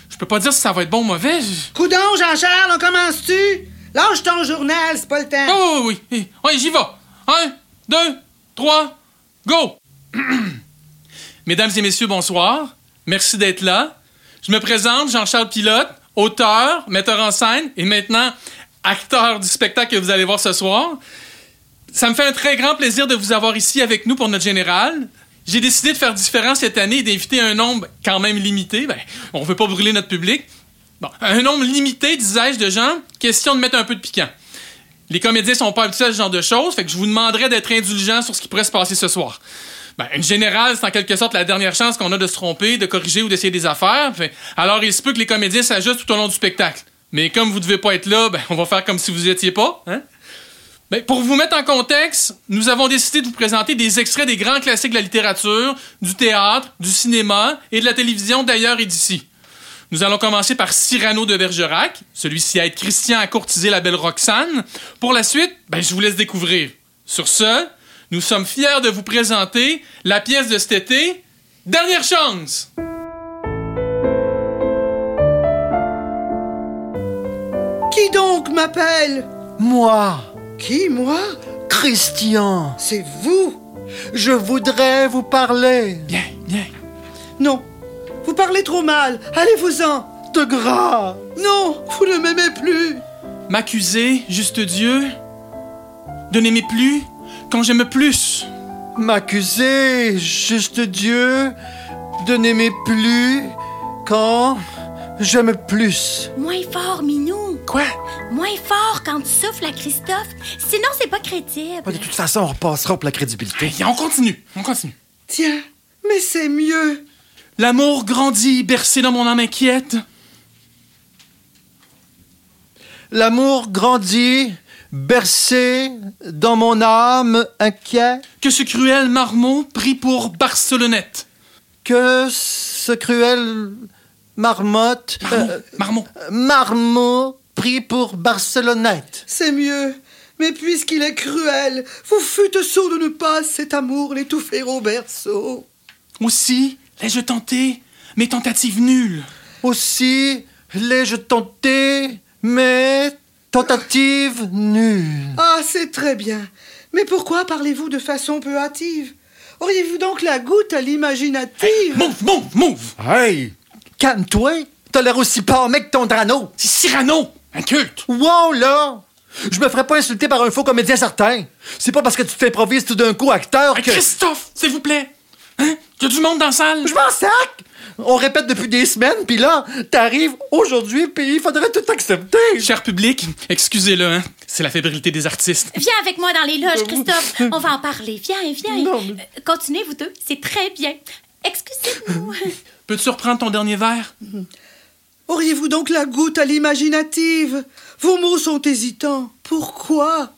Je peux pas dire si ça va être bon ou mauvais. Je- Coudon, Jean-Charles, on commence-tu? Lâche ton journal, c'est pas le temps. Oh oui, oui, oui. Oui, j'y vais. Un, deux, trois, go! [clears throat] Mesdames et messieurs, bonsoir. Merci d'être là. Je me présente, Jean-Charles Pilote, auteur, metteur en scène et maintenant acteur du spectacle que vous allez voir ce soir. Ça me fait un très grand plaisir de vous avoir ici avec nous pour notre général. J'ai décidé de faire différent cette année et d'inviter un nombre quand même limité. Ben, on veut pas brûler notre public. Bon, un nombre limité, disais-je, de gens. Question de mettre un peu de piquant. Les comédiens sont pas habitués à ce genre de choses, fait que je vous demanderai d'être indulgent sur ce qui pourrait se passer ce soir. Ben, une générale, c'est en quelque sorte la dernière chance qu'on a de se tromper, de corriger ou d'essayer des affaires. Fait- alors, il se peut que les comédiens s'ajustent tout au long du spectacle. Mais comme vous devez pas être là, ben, on va faire comme si vous y étiez pas. Hein? Ben, pour vous mettre en contexte, nous avons décidé de vous présenter des extraits des grands classiques de la littérature, du théâtre, du cinéma et de la télévision d'ailleurs et d'ici. Nous allons commencer par Cyrano de Bergerac. Celui-ci aide Christian à courtiser la belle Roxane. Pour la suite, ben, je vous laisse découvrir. Sur ce, nous sommes fiers de vous présenter la pièce de cet été, Dernière chance! Qui donc m'appelle? Moi, Qui, moi? Christian, C'est vous? je voudrais vous parler Bien, bien. Non. Vous parlez trop mal. Allez-vous-en. de gras. Non, vous ne m'aimez plus. M'accuser, juste Dieu, de n'aimer plus quand j'aime plus. M'accuser, juste Dieu, de n'aimer plus quand j'aime plus. Moins fort, Minou. Quoi? Moins fort quand tu souffles à Christophe. Sinon, c'est pas crédible. De toute façon, on repassera pour la crédibilité. Hey, on continue, on continue. Tiens, mais c'est mieux. L'amour grandit, bercé dans mon âme inquiète. L'amour grandit, bercé dans mon âme inquiet Que ce cruel marmot pris pour Barcelonnette. que ce cruel marmotte, Marmot, euh, marmot. marmot pris pour Barcelonnette. C'est mieux. Mais puisqu'il est cruel, vous fûtes sourd de ne pas cet amour l'étouffer au berceau. Aussi, l'ai-je tenté, mes tentatives nulles. Aussi l'ai-je tenté, mais tentative nulle. Ah, c'est très bien. Mais pourquoi parlez-vous de façon peu hâtive Auriez-vous donc la goutte à l'imaginative Move, move, move! Hey, calme-toi, t'as l'air aussi pas mec que ton drano. C'est Cyrano, un culte. Wow, là! Je me ferais pas insulter par un faux comédien certain. C'est pas parce que tu t'improvises tout d'un coup acteur Hey, que... Christophe, s'il vous plaît! Hein? Y a du monde dans la salle! Je m'en sac! On répète depuis des semaines, puis là, t'arrives aujourd'hui, puis il faudrait tout accepter. Cher public, excusez-le, hein? C'est la fébrilité des artistes. Viens avec moi dans les loges, Christophe. On va en parler. Viens, viens. Euh, Continuez, vous deux. C'est très bien. Excusez-nous. Peux-tu reprendre ton dernier verre? Auriez-vous donc la goutte à l'imaginative Vos mots sont hésitants. Pourquoi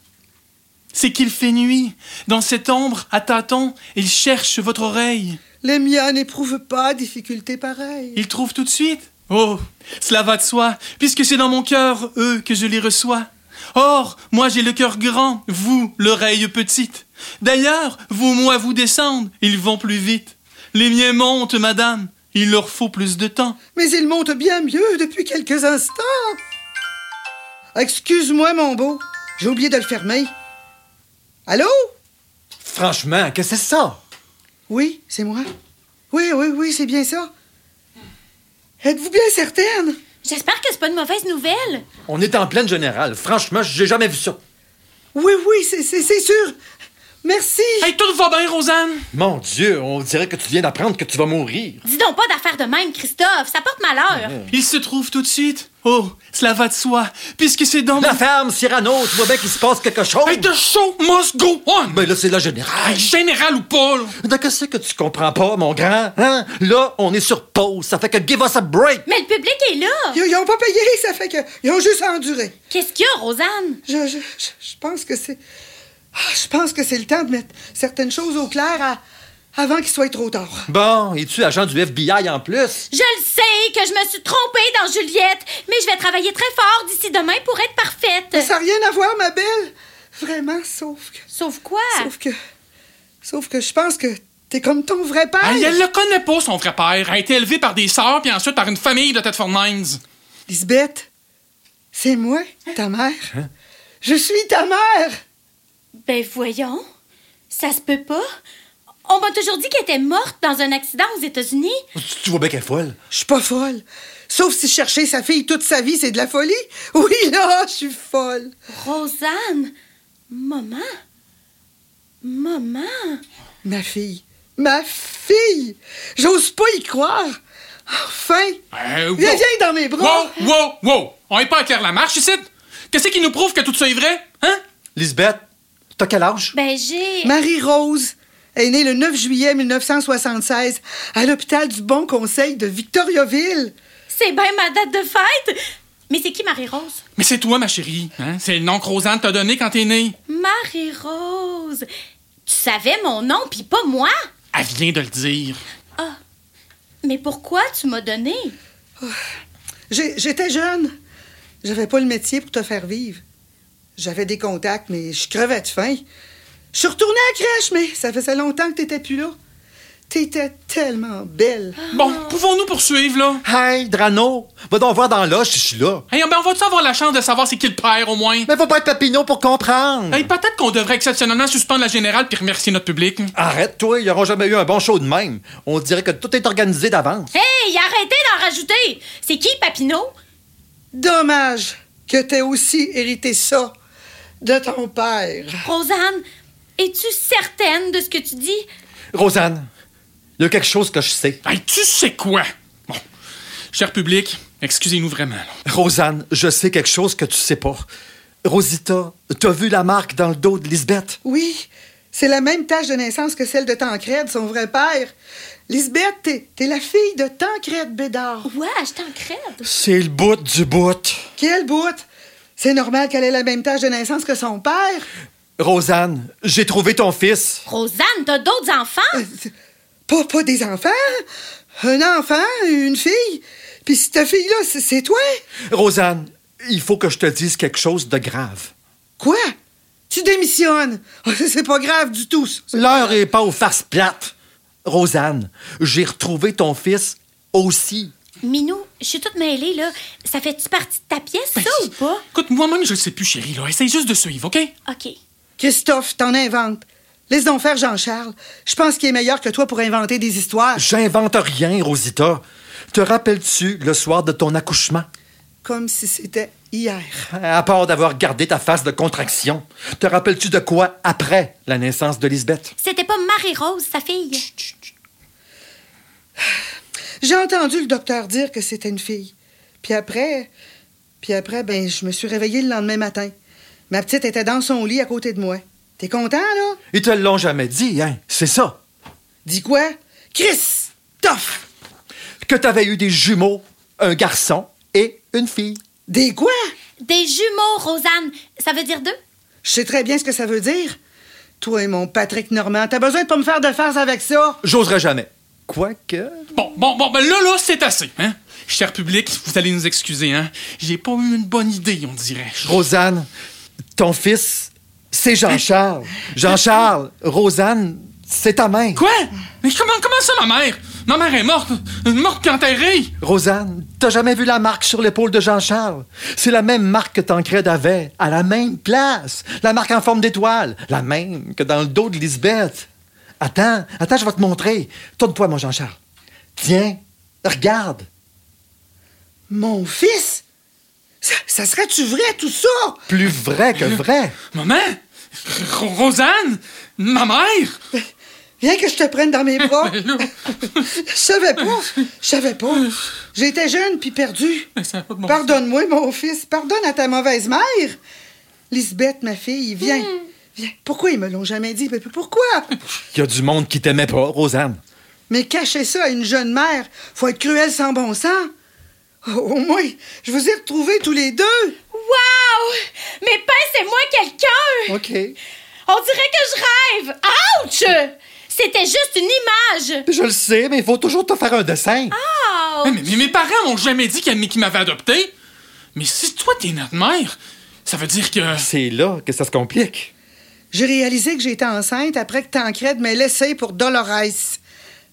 C'est qu'il fait nuit. Dans cette ombre, à tâtons, il cherche votre oreille. Les miens n'éprouvent pas difficulté pareille. Il trouve tout de suite. Oh, cela va de soi, puisque c'est dans mon cœur, eux, que je les reçois. Or, moi j'ai le cœur grand, vous, l'oreille petite. D'ailleurs, vos mots à vous descendent, ils vont plus vite. Les miens montent, madame, il leur faut plus de temps. Mais il monte bien mieux depuis quelques instants. Excuse-moi, mon beau. J'ai oublié de le fermer. Allô Franchement, qu'est-ce que c'est ça? Oui, c'est moi. Oui, oui, oui, c'est bien ça. Êtes-vous bien certaine J'espère que c'est pas une mauvaise nouvelle. On est en pleine générale. Franchement, j'ai jamais vu ça. Oui, oui, c'est- c'est c'est sûr. Merci. Hey, tout va bien, Rosanne? Mon Dieu, on dirait que tu viens d'apprendre que tu vas mourir. Dis donc pas d'affaires de même, Christophe. Ça porte malheur. Il se trouve tout de suite. Oh, cela va de soi, puisque c'est dans mon... La ferme, Cyrano, tu vois bien qu'il se passe quelque chose. Hey, the show must go on! Mais là, c'est la générale. Hey, général ou pas, là? De qu'est-ce que tu comprends pas, mon grand? Hein? Là, on est sur pause. Ça fait que give us a break. Mais le public est là. Ils n'ont pas payé, ça fait que ils ont juste à endurer. Qu'est-ce qu'il y a, Rosanne? Je, je, je- je pense que c'est. Ah, Je pense que c'est le temps de mettre certaines choses au clair à, avant qu'il soit trop tard. Bon, es-tu agent du FBI en plus? Je le sais que je me suis trompée dans Juliette, mais je vais travailler très fort d'ici demain pour être parfaite. Ça n'a rien à voir, ma belle. Vraiment, sauf que. Sauf quoi? Sauf que. Sauf que je pense que t'es comme ton vrai père. Hey, elle le connaît pas, son vrai père. Elle a été élevée par des sœurs, puis ensuite par une famille de Ted Fernandes. Lisbeth, c'est moi, ta mère. Je suis ta mère. Ben voyons, ça se peut pas. On m'a toujours dit qu'elle était morte dans un accident aux États-Unis. Tu, tu vois bien qu'elle est folle. Je suis pas folle. Sauf si chercher sa fille toute sa vie, c'est de la folie. Oui, là, je suis folle. Rosanne, maman, maman. Ma fille. Ma fille! J'ose pas y croire! Enfin! Euh, wow. Viens, viens dans mes bras! Wow, wow, wow! On est pas à clair la marche ici? Qu'est-ce qui nous prouve que tout ça est vrai? Hein? Lisbeth, t'as quel âge? Ben j'ai. Marie-Rose est née le 9 juillet 1976 à l'hôpital du Bon Conseil de Victoriaville. C'est bien ma date de fête. Mais c'est qui Marie-Rose? Mais c'est toi, ma chérie. Hein? C'est le nom que Rosanne t'a donné quand t'es née. Marie-Rose. Tu savais mon nom, puis pas moi. Elle vient de le dire. Mais pourquoi tu m'as donné? J'ai- J'étais jeune. J'avais pas le métier pour te faire vivre. J'avais des contacts, mais je crevais de faim. Je suis retournée à la crèche, mais ça faisait longtemps que t'étais plus là. T'étais tellement belle. Ah. Bon, pouvons-nous poursuivre, là? Hey, Drano, va donc voir dans l'âge si je suis là. Hey, ben, on va-tu avoir la chance de savoir c'est qui le père, au moins? Ben. Mais faut pas être papillon pour comprendre. Hey, peut-être qu'on devrait exceptionnellement suspendre la générale puis remercier notre public. Arrête-toi, ils n'auront jamais eu un bon show de même. On dirait que tout est organisé d'avance. Hey, arrêtez d'en rajouter! C'est qui Papineau? Dommage que t'aies aussi hérité ça de ton père. Rosanne, es-tu certaine de ce que tu dis? Rosanne, il y a quelque chose que je sais. Hey, tu sais quoi? Bon, cher public, excusez-nous vraiment. là. Rosanne, je sais quelque chose que tu sais pas. Rosita, t'as vu la marque dans le dos de Lisbeth? Oui, c'est la même tâche de naissance que celle de Tancred, son vrai père. Lisbeth, t'es, t'es la fille de Tancred Bédard. Ouais, je t'en crève. C'est le bout du bout. Quelle boute! C'est normal qu'elle ait la même tâche de naissance que son père. Rosanne, j'ai trouvé ton fils. Rosanne, t'as d'autres Euh. enfants? Pas, pas des enfants. Un enfant, une fille. Puis cette fille-là, c'est, c'est toi. Rosanne, il faut que je te dise quelque chose de grave. Quoi? Tu démissionnes. Oh, C'est pas grave du tout. ça. L'heure est pas aux farces plates. Rosanne, j'ai retrouvé ton fils aussi. Minou, je suis toute mêlée, là. Ça fait-tu partie de ta pièce, ça, ou pas? Ben, Écoute, moi-même, je le sais plus, chérie, là. Essaye juste de suivre, OK? OK. Christophe, t'en inventes. Laisse donc faire Jean-Charles. Je pense qu'il est meilleur que toi pour inventer des Ah. histoires. J'invente rien, Rosita. Te rappelles-tu le soir de ton accouchement? Comme si c'était hier. À part d'avoir gardé ta phase de contraction, te rappelles-tu de quoi après la naissance de Lisbeth? C'était pas Marie-Rose, sa fille. J'ai entendu le docteur dire que c'était une fille. Puis après, puis après, ben, je me suis réveillée le lendemain matin. Ma petite était dans son lit à côté de moi. T'es content, là? Ils te l'ont jamais dit, hein? C'est ça. Dis quoi? Christophe! Que t'avais eu des jumeaux, un garçon et une fille. Des quoi? Des jumeaux, Rosanne. Ça veut dire deux? Je sais très bien ce que ça veut dire. Toi et mon Patrick Normand, t'as besoin de pas me faire de farce avec ça? J'oserais jamais. Quoique. Bon, bon, bon, ben là, là, c'est assez, hein? Cher public, vous allez nous excuser, hein? J'ai pas eu une bonne idée, on dirait. Rosanne, ton fils, c'est [laughs] Jean-Charles. Jean-Charles, Rosanne, c'est ta main. Quoi? Mais comment, comment ça, ma mère? Ma mère est morte. Morte qu'enterrée. Rosanne, t'as jamais vu la marque sur l'épaule de Jean-Charles? C'est la même marque que Tancred avait, à la même place. La marque en forme d'étoile, la même que dans le dos de Lisbeth. Attends, attends, je vais te montrer. Tourne-toi, mon Jean-Charles. Tiens, regarde. Mon fils? Ça, ça serait-tu vrai, tout ça? Plus vrai que vrai. Maman? Ro- Rosanne? Ma mère? Viens que je te prenne dans mes bras. Ben là, [laughs] Je savais pas. Je savais pas. J'étais jeune puis perdue. ben ça a pas de bon sens. Pardonne-moi, mon fils. Pardonne à ta mauvaise mère. Lisbeth, ma fille, viens. Viens. Pourquoi ils me l'ont jamais dit? Mais Pourquoi? Il y a du monde qui t'aimait pas, Rosanne. Mais cacher ça à une jeune mère, faut être cruel sans bon sens. Au- Au moins, je vous ai retrouvés tous les deux. Wow! Mais pincez-moi quelqu'un! OK. On dirait que je rêve! Ouch! C'était juste une image. Je le sais, mais il faut toujours te faire un dessin. Oh! Hey, mais, mais mes parents m'ont jamais dit qu'ils qu'ils m'avaient adopté. Mais si toi, t'es notre mère, ça veut dire que. C'est là que ça se complique. J'ai réalisé que j'étais enceinte après que Tancred m'ait laissé pour Dolores.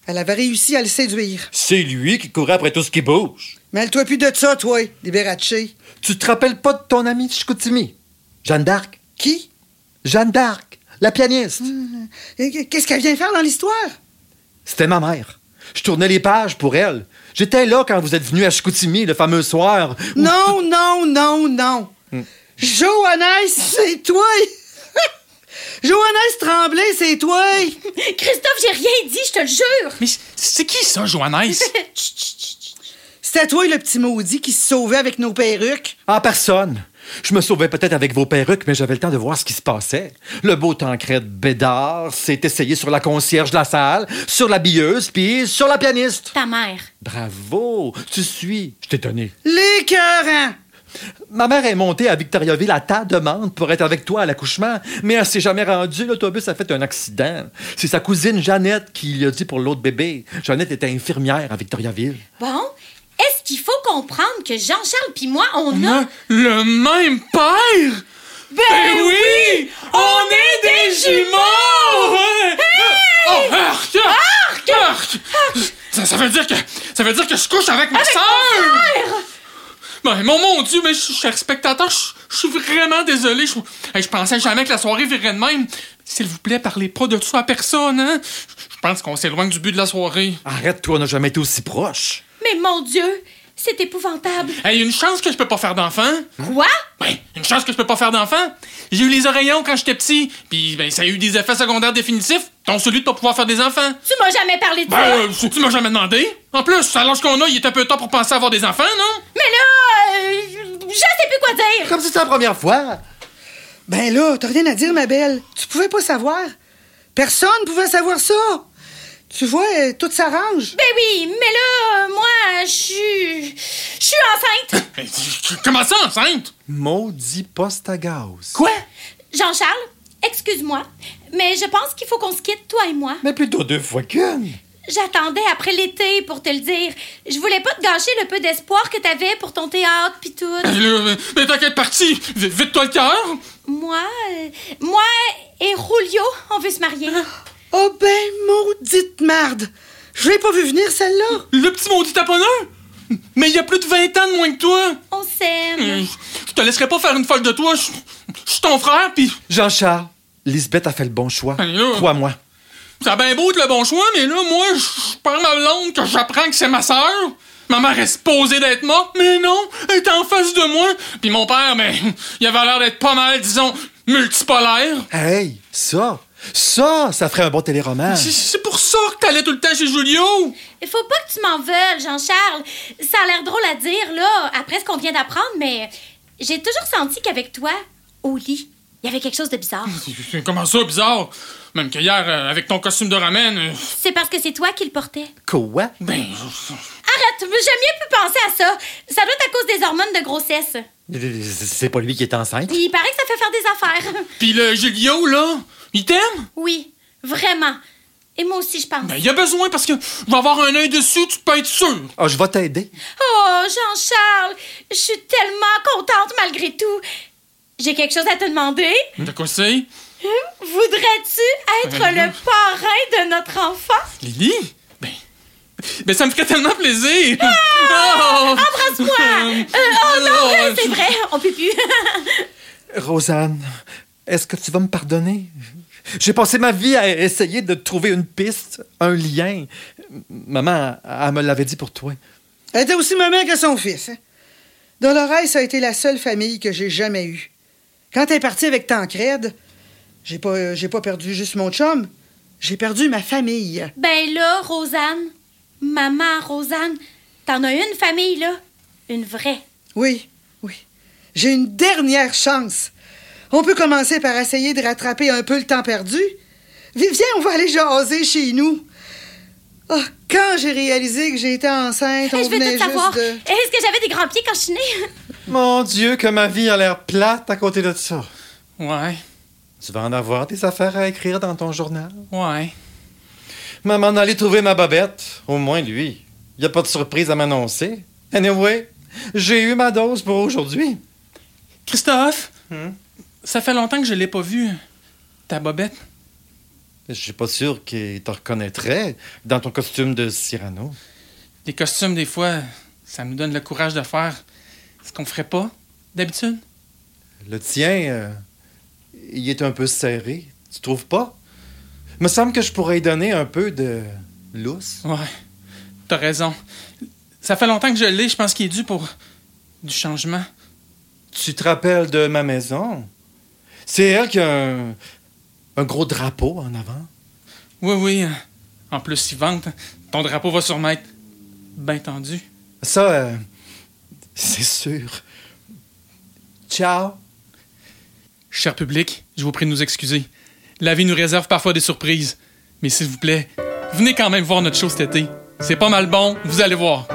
Elle avait réussi à le séduire. C'est lui qui courait après tout ce qui bouge. Mêle-toi plus de ça, toi, Liberace. Tu te rappelles pas de ton ami de Chicoutimi? Jeanne d'Arc. Qui? Jeanne d'Arc, la pianiste. Et Qu'est-ce qu'elle vient faire dans l'histoire? C'était ma mère. Je tournais les pages pour elle. J'étais là quand vous êtes venu à Chicoutimi le fameux soir. où- Non, non, non, non. Johannes, c'est toi. [laughs] Johannes Tremblay, c'est toi. Christophe, j'ai rien dit, je te le [laughs] jure. Mais c'est qui ça, Johannes? Chut, chut, chut, chut. C'était toi le petit maudit qui se sauvait avec nos perruques. En personne. Je me sauvais peut-être avec vos perruques, mais j'avais le temps de voir ce qui se passait. Le beau Tancred Bédard s'est essayé sur la concierge de la salle, sur la billeuse, puis sur la pianiste. Ta mère. Bravo, tu suis. Je t'ai étonné. L'écœurant. Ma mère est montée à Victoriaville à ta demande pour être avec toi à l'accouchement, mais elle s'est jamais rendue. L'autobus a fait un accident. C'est sa cousine Jeannette qui lui a dit pour l'autre bébé. Jeannette était infirmière à Victoriaville. Bon, est-ce qu'il faut comprendre que Jean-Charles puis moi, on, On a... a le même père? Ben, oui! On, est des jumeaux! Oh, arc! Arc! Ça, ça veut dire que. Ça veut dire que je couche avec ma sœur! Ben, mon, mon Dieu, mais je suis spectateur, je je suis vraiment désolé. Je hey, je pensais jamais que la soirée virait de même. S'il vous plaît, parlez pas de ça à personne, hein? Je pense qu'on s'éloigne du but de la soirée. Arrête, toi, on n'a jamais été aussi proche. Mais mon Dieu, c'est épouvantable. Hey, une chance que je peux pas faire d'enfant. Quoi? Ben, une chance que je peux pas faire d'enfant. J'ai eu les oreillons quand j'étais petit, puis ben, ça a eu des effets secondaires définitifs, dont celui de pas pouvoir faire des enfants. Tu m'as jamais parlé de Ben, ça. euh, tu m'as jamais demandé. En plus, à l'âge qu'on a, il est un peu tard pour penser à avoir des enfants, non? Mais là, euh, je sais plus quoi dire. Comme si c'était la première fois. Ben là, t'as rien à dire, ma belle. Tu pouvais pas savoir. Personne pouvait savoir ça. Tu vois, euh, tout s'arrange. Ben oui, mais là, euh, moi, je suis... Je suis enceinte. Hey, tu- tu- Comment ça, enceinte? Maudit poste à gaz. Quoi? Jean-Charles, excuse-moi, mais je pense qu'il faut qu'on se quitte, toi et moi. Mais plutôt deux fois qu'une. J'attendais après l'été pour te le dire. Je voulais pas te gâcher le peu d'espoir que t'avais pour ton théâtre pis tout. Ben, [coughs] mais euh, t'inquiète, parti. V- Vite-toi le cœur. Moi, euh, moi et Julio, on veut se marier. Oh ben, maudite marde. Je l'ai pas vu venir, celle-là. Le petit maudit taponeur. Mais il y a plus de 20 ans de moins que toi. On s'aime. Hey, Je te laisserai pas faire une folle de toi. Je je suis ton frère, puis Jean-Charles, Lisbeth a fait le bon choix. Ben là. Crois-moi. Ça a bien beau être le bon choix, mais là, moi, je parle ma blonde que j'apprends que c'est ma sœur. Ma mère est supposée d'être morte, mais non, elle est en face de moi. Puis mon père, ben, [laughs] il avait l'air d'être pas mal, disons, multipolaire. Hey, ça, ça, ça ferait un bon téléroman. C'est- C'est pour ça que t'allais tout le temps chez Julio. Il Faut pas que tu m'en veuilles, Jean-Charles. Ça a l'air drôle à dire, là, après ce qu'on vient d'apprendre, mais j'ai toujours senti qu'avec toi, au lit, il y avait quelque chose de bizarre. Comment ça, bizarre? Même que hier, euh, avec ton costume de ramène, euh, C'est parce que c'est toi qui le portais. Quoi? ben, Arrête, j'ai mieux plus penser à ça. Ça doit être à cause des hormones de grossesse. C'est pas lui qui est enceinte. Il paraît que ça fait faire des affaires. [laughs] puis le Julio, là, il t'aime? Oui, vraiment. Et moi aussi, je pense. Ben, il a besoin parce que je vais avoir un œil dessus, tu peux être sûr. Ah, je vais t'aider. Oh, Jean-Charles, je suis tellement contente malgré tout. J'ai quelque chose à te demander. De quoi c'est? Voudrais-tu être Euh. le parrain de notre enfant? Lily? Ben. Ben, ça me ferait tellement plaisir! Oh! [laughs] Ah! Embrasse-moi! Euh, oh non, euh, c'est vrai, on peut plus. Rosanne, est-ce que tu vas me pardonner? J'ai passé ma vie à essayer de trouver une piste, un lien. Maman, elle me l'avait dit pour toi. Elle était aussi ma mère que son fils. hein. Dolores a été la seule famille que j'ai jamais eue. Quand elle est partie avec Tancred, j'ai pas, euh, j'ai pas perdu juste mon chum, j'ai perdu ma famille. [laughs] ben là, Rosanne, maman Rosanne, t'en as une famille, là? Une vraie. Oui, oui. J'ai une dernière chance. On peut commencer par essayer de rattraper un peu le temps perdu. Vi- Viens, on va aller jaser chez nous. Ah, quand j'ai réalisé que j'étais enceinte, on Eh, je veux venait tout juste savoir. de... Est-ce que j'avais des grands pieds quand je suis née? Mon Dieu, que ma vie a l'air plate à côté de ça. Ouais, Tu vas en avoir des affaires à écrire dans ton journal. ouais. Mais m'en aller trouver ma babette. Au moins, lui. Il n'y a pas de surprise à m'annoncer. Anyway, j'ai eu ma dose pour aujourd'hui. Christophe, ça fait longtemps que je l'ai pas vu. Ta bobette. Je suis pas sûr qu'il te reconnaîtrait dans ton costume de Cyrano. Les costumes, des fois, ça nous donne le courage de faire ce qu'on ferait pas d'habitude. Le tien, euh, il est un peu serré. Tu trouves pas? Me semble que je pourrais y donner un peu de lousse. Ouais, t'as raison. Ça fait longtemps que je l'ai, je pense qu'il est dû pour du changement. Tu te rappelles de ma maison? C'est elle qui a un, un gros drapeau en avant. Oui, oui. euh, En plus, il vente. Ton drapeau va sûrement être bien tendu. Ça, euh, c'est sûr. Ciao. Cher public, je vous prie de nous excuser. La vie nous réserve parfois des surprises. Mais s'il vous plaît, venez quand même voir notre show cet été. C'est pas mal bon, vous allez voir.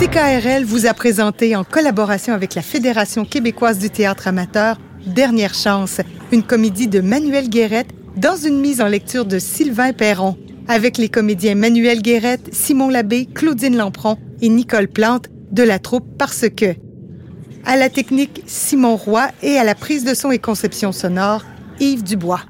CKRL vous a présenté, en collaboration avec la Fédération québécoise du théâtre amateur, Dernière chance, une comédie de Manuel Guérette dans une mise en lecture de Sylvain Perron, avec les comédiens Manuel Guérette, Simon Labbé, Claudine Lampron et Nicole Plante de la troupe Parce que. À la technique, Simon Roy et à la prise de son et conception sonore, Yves Dubois.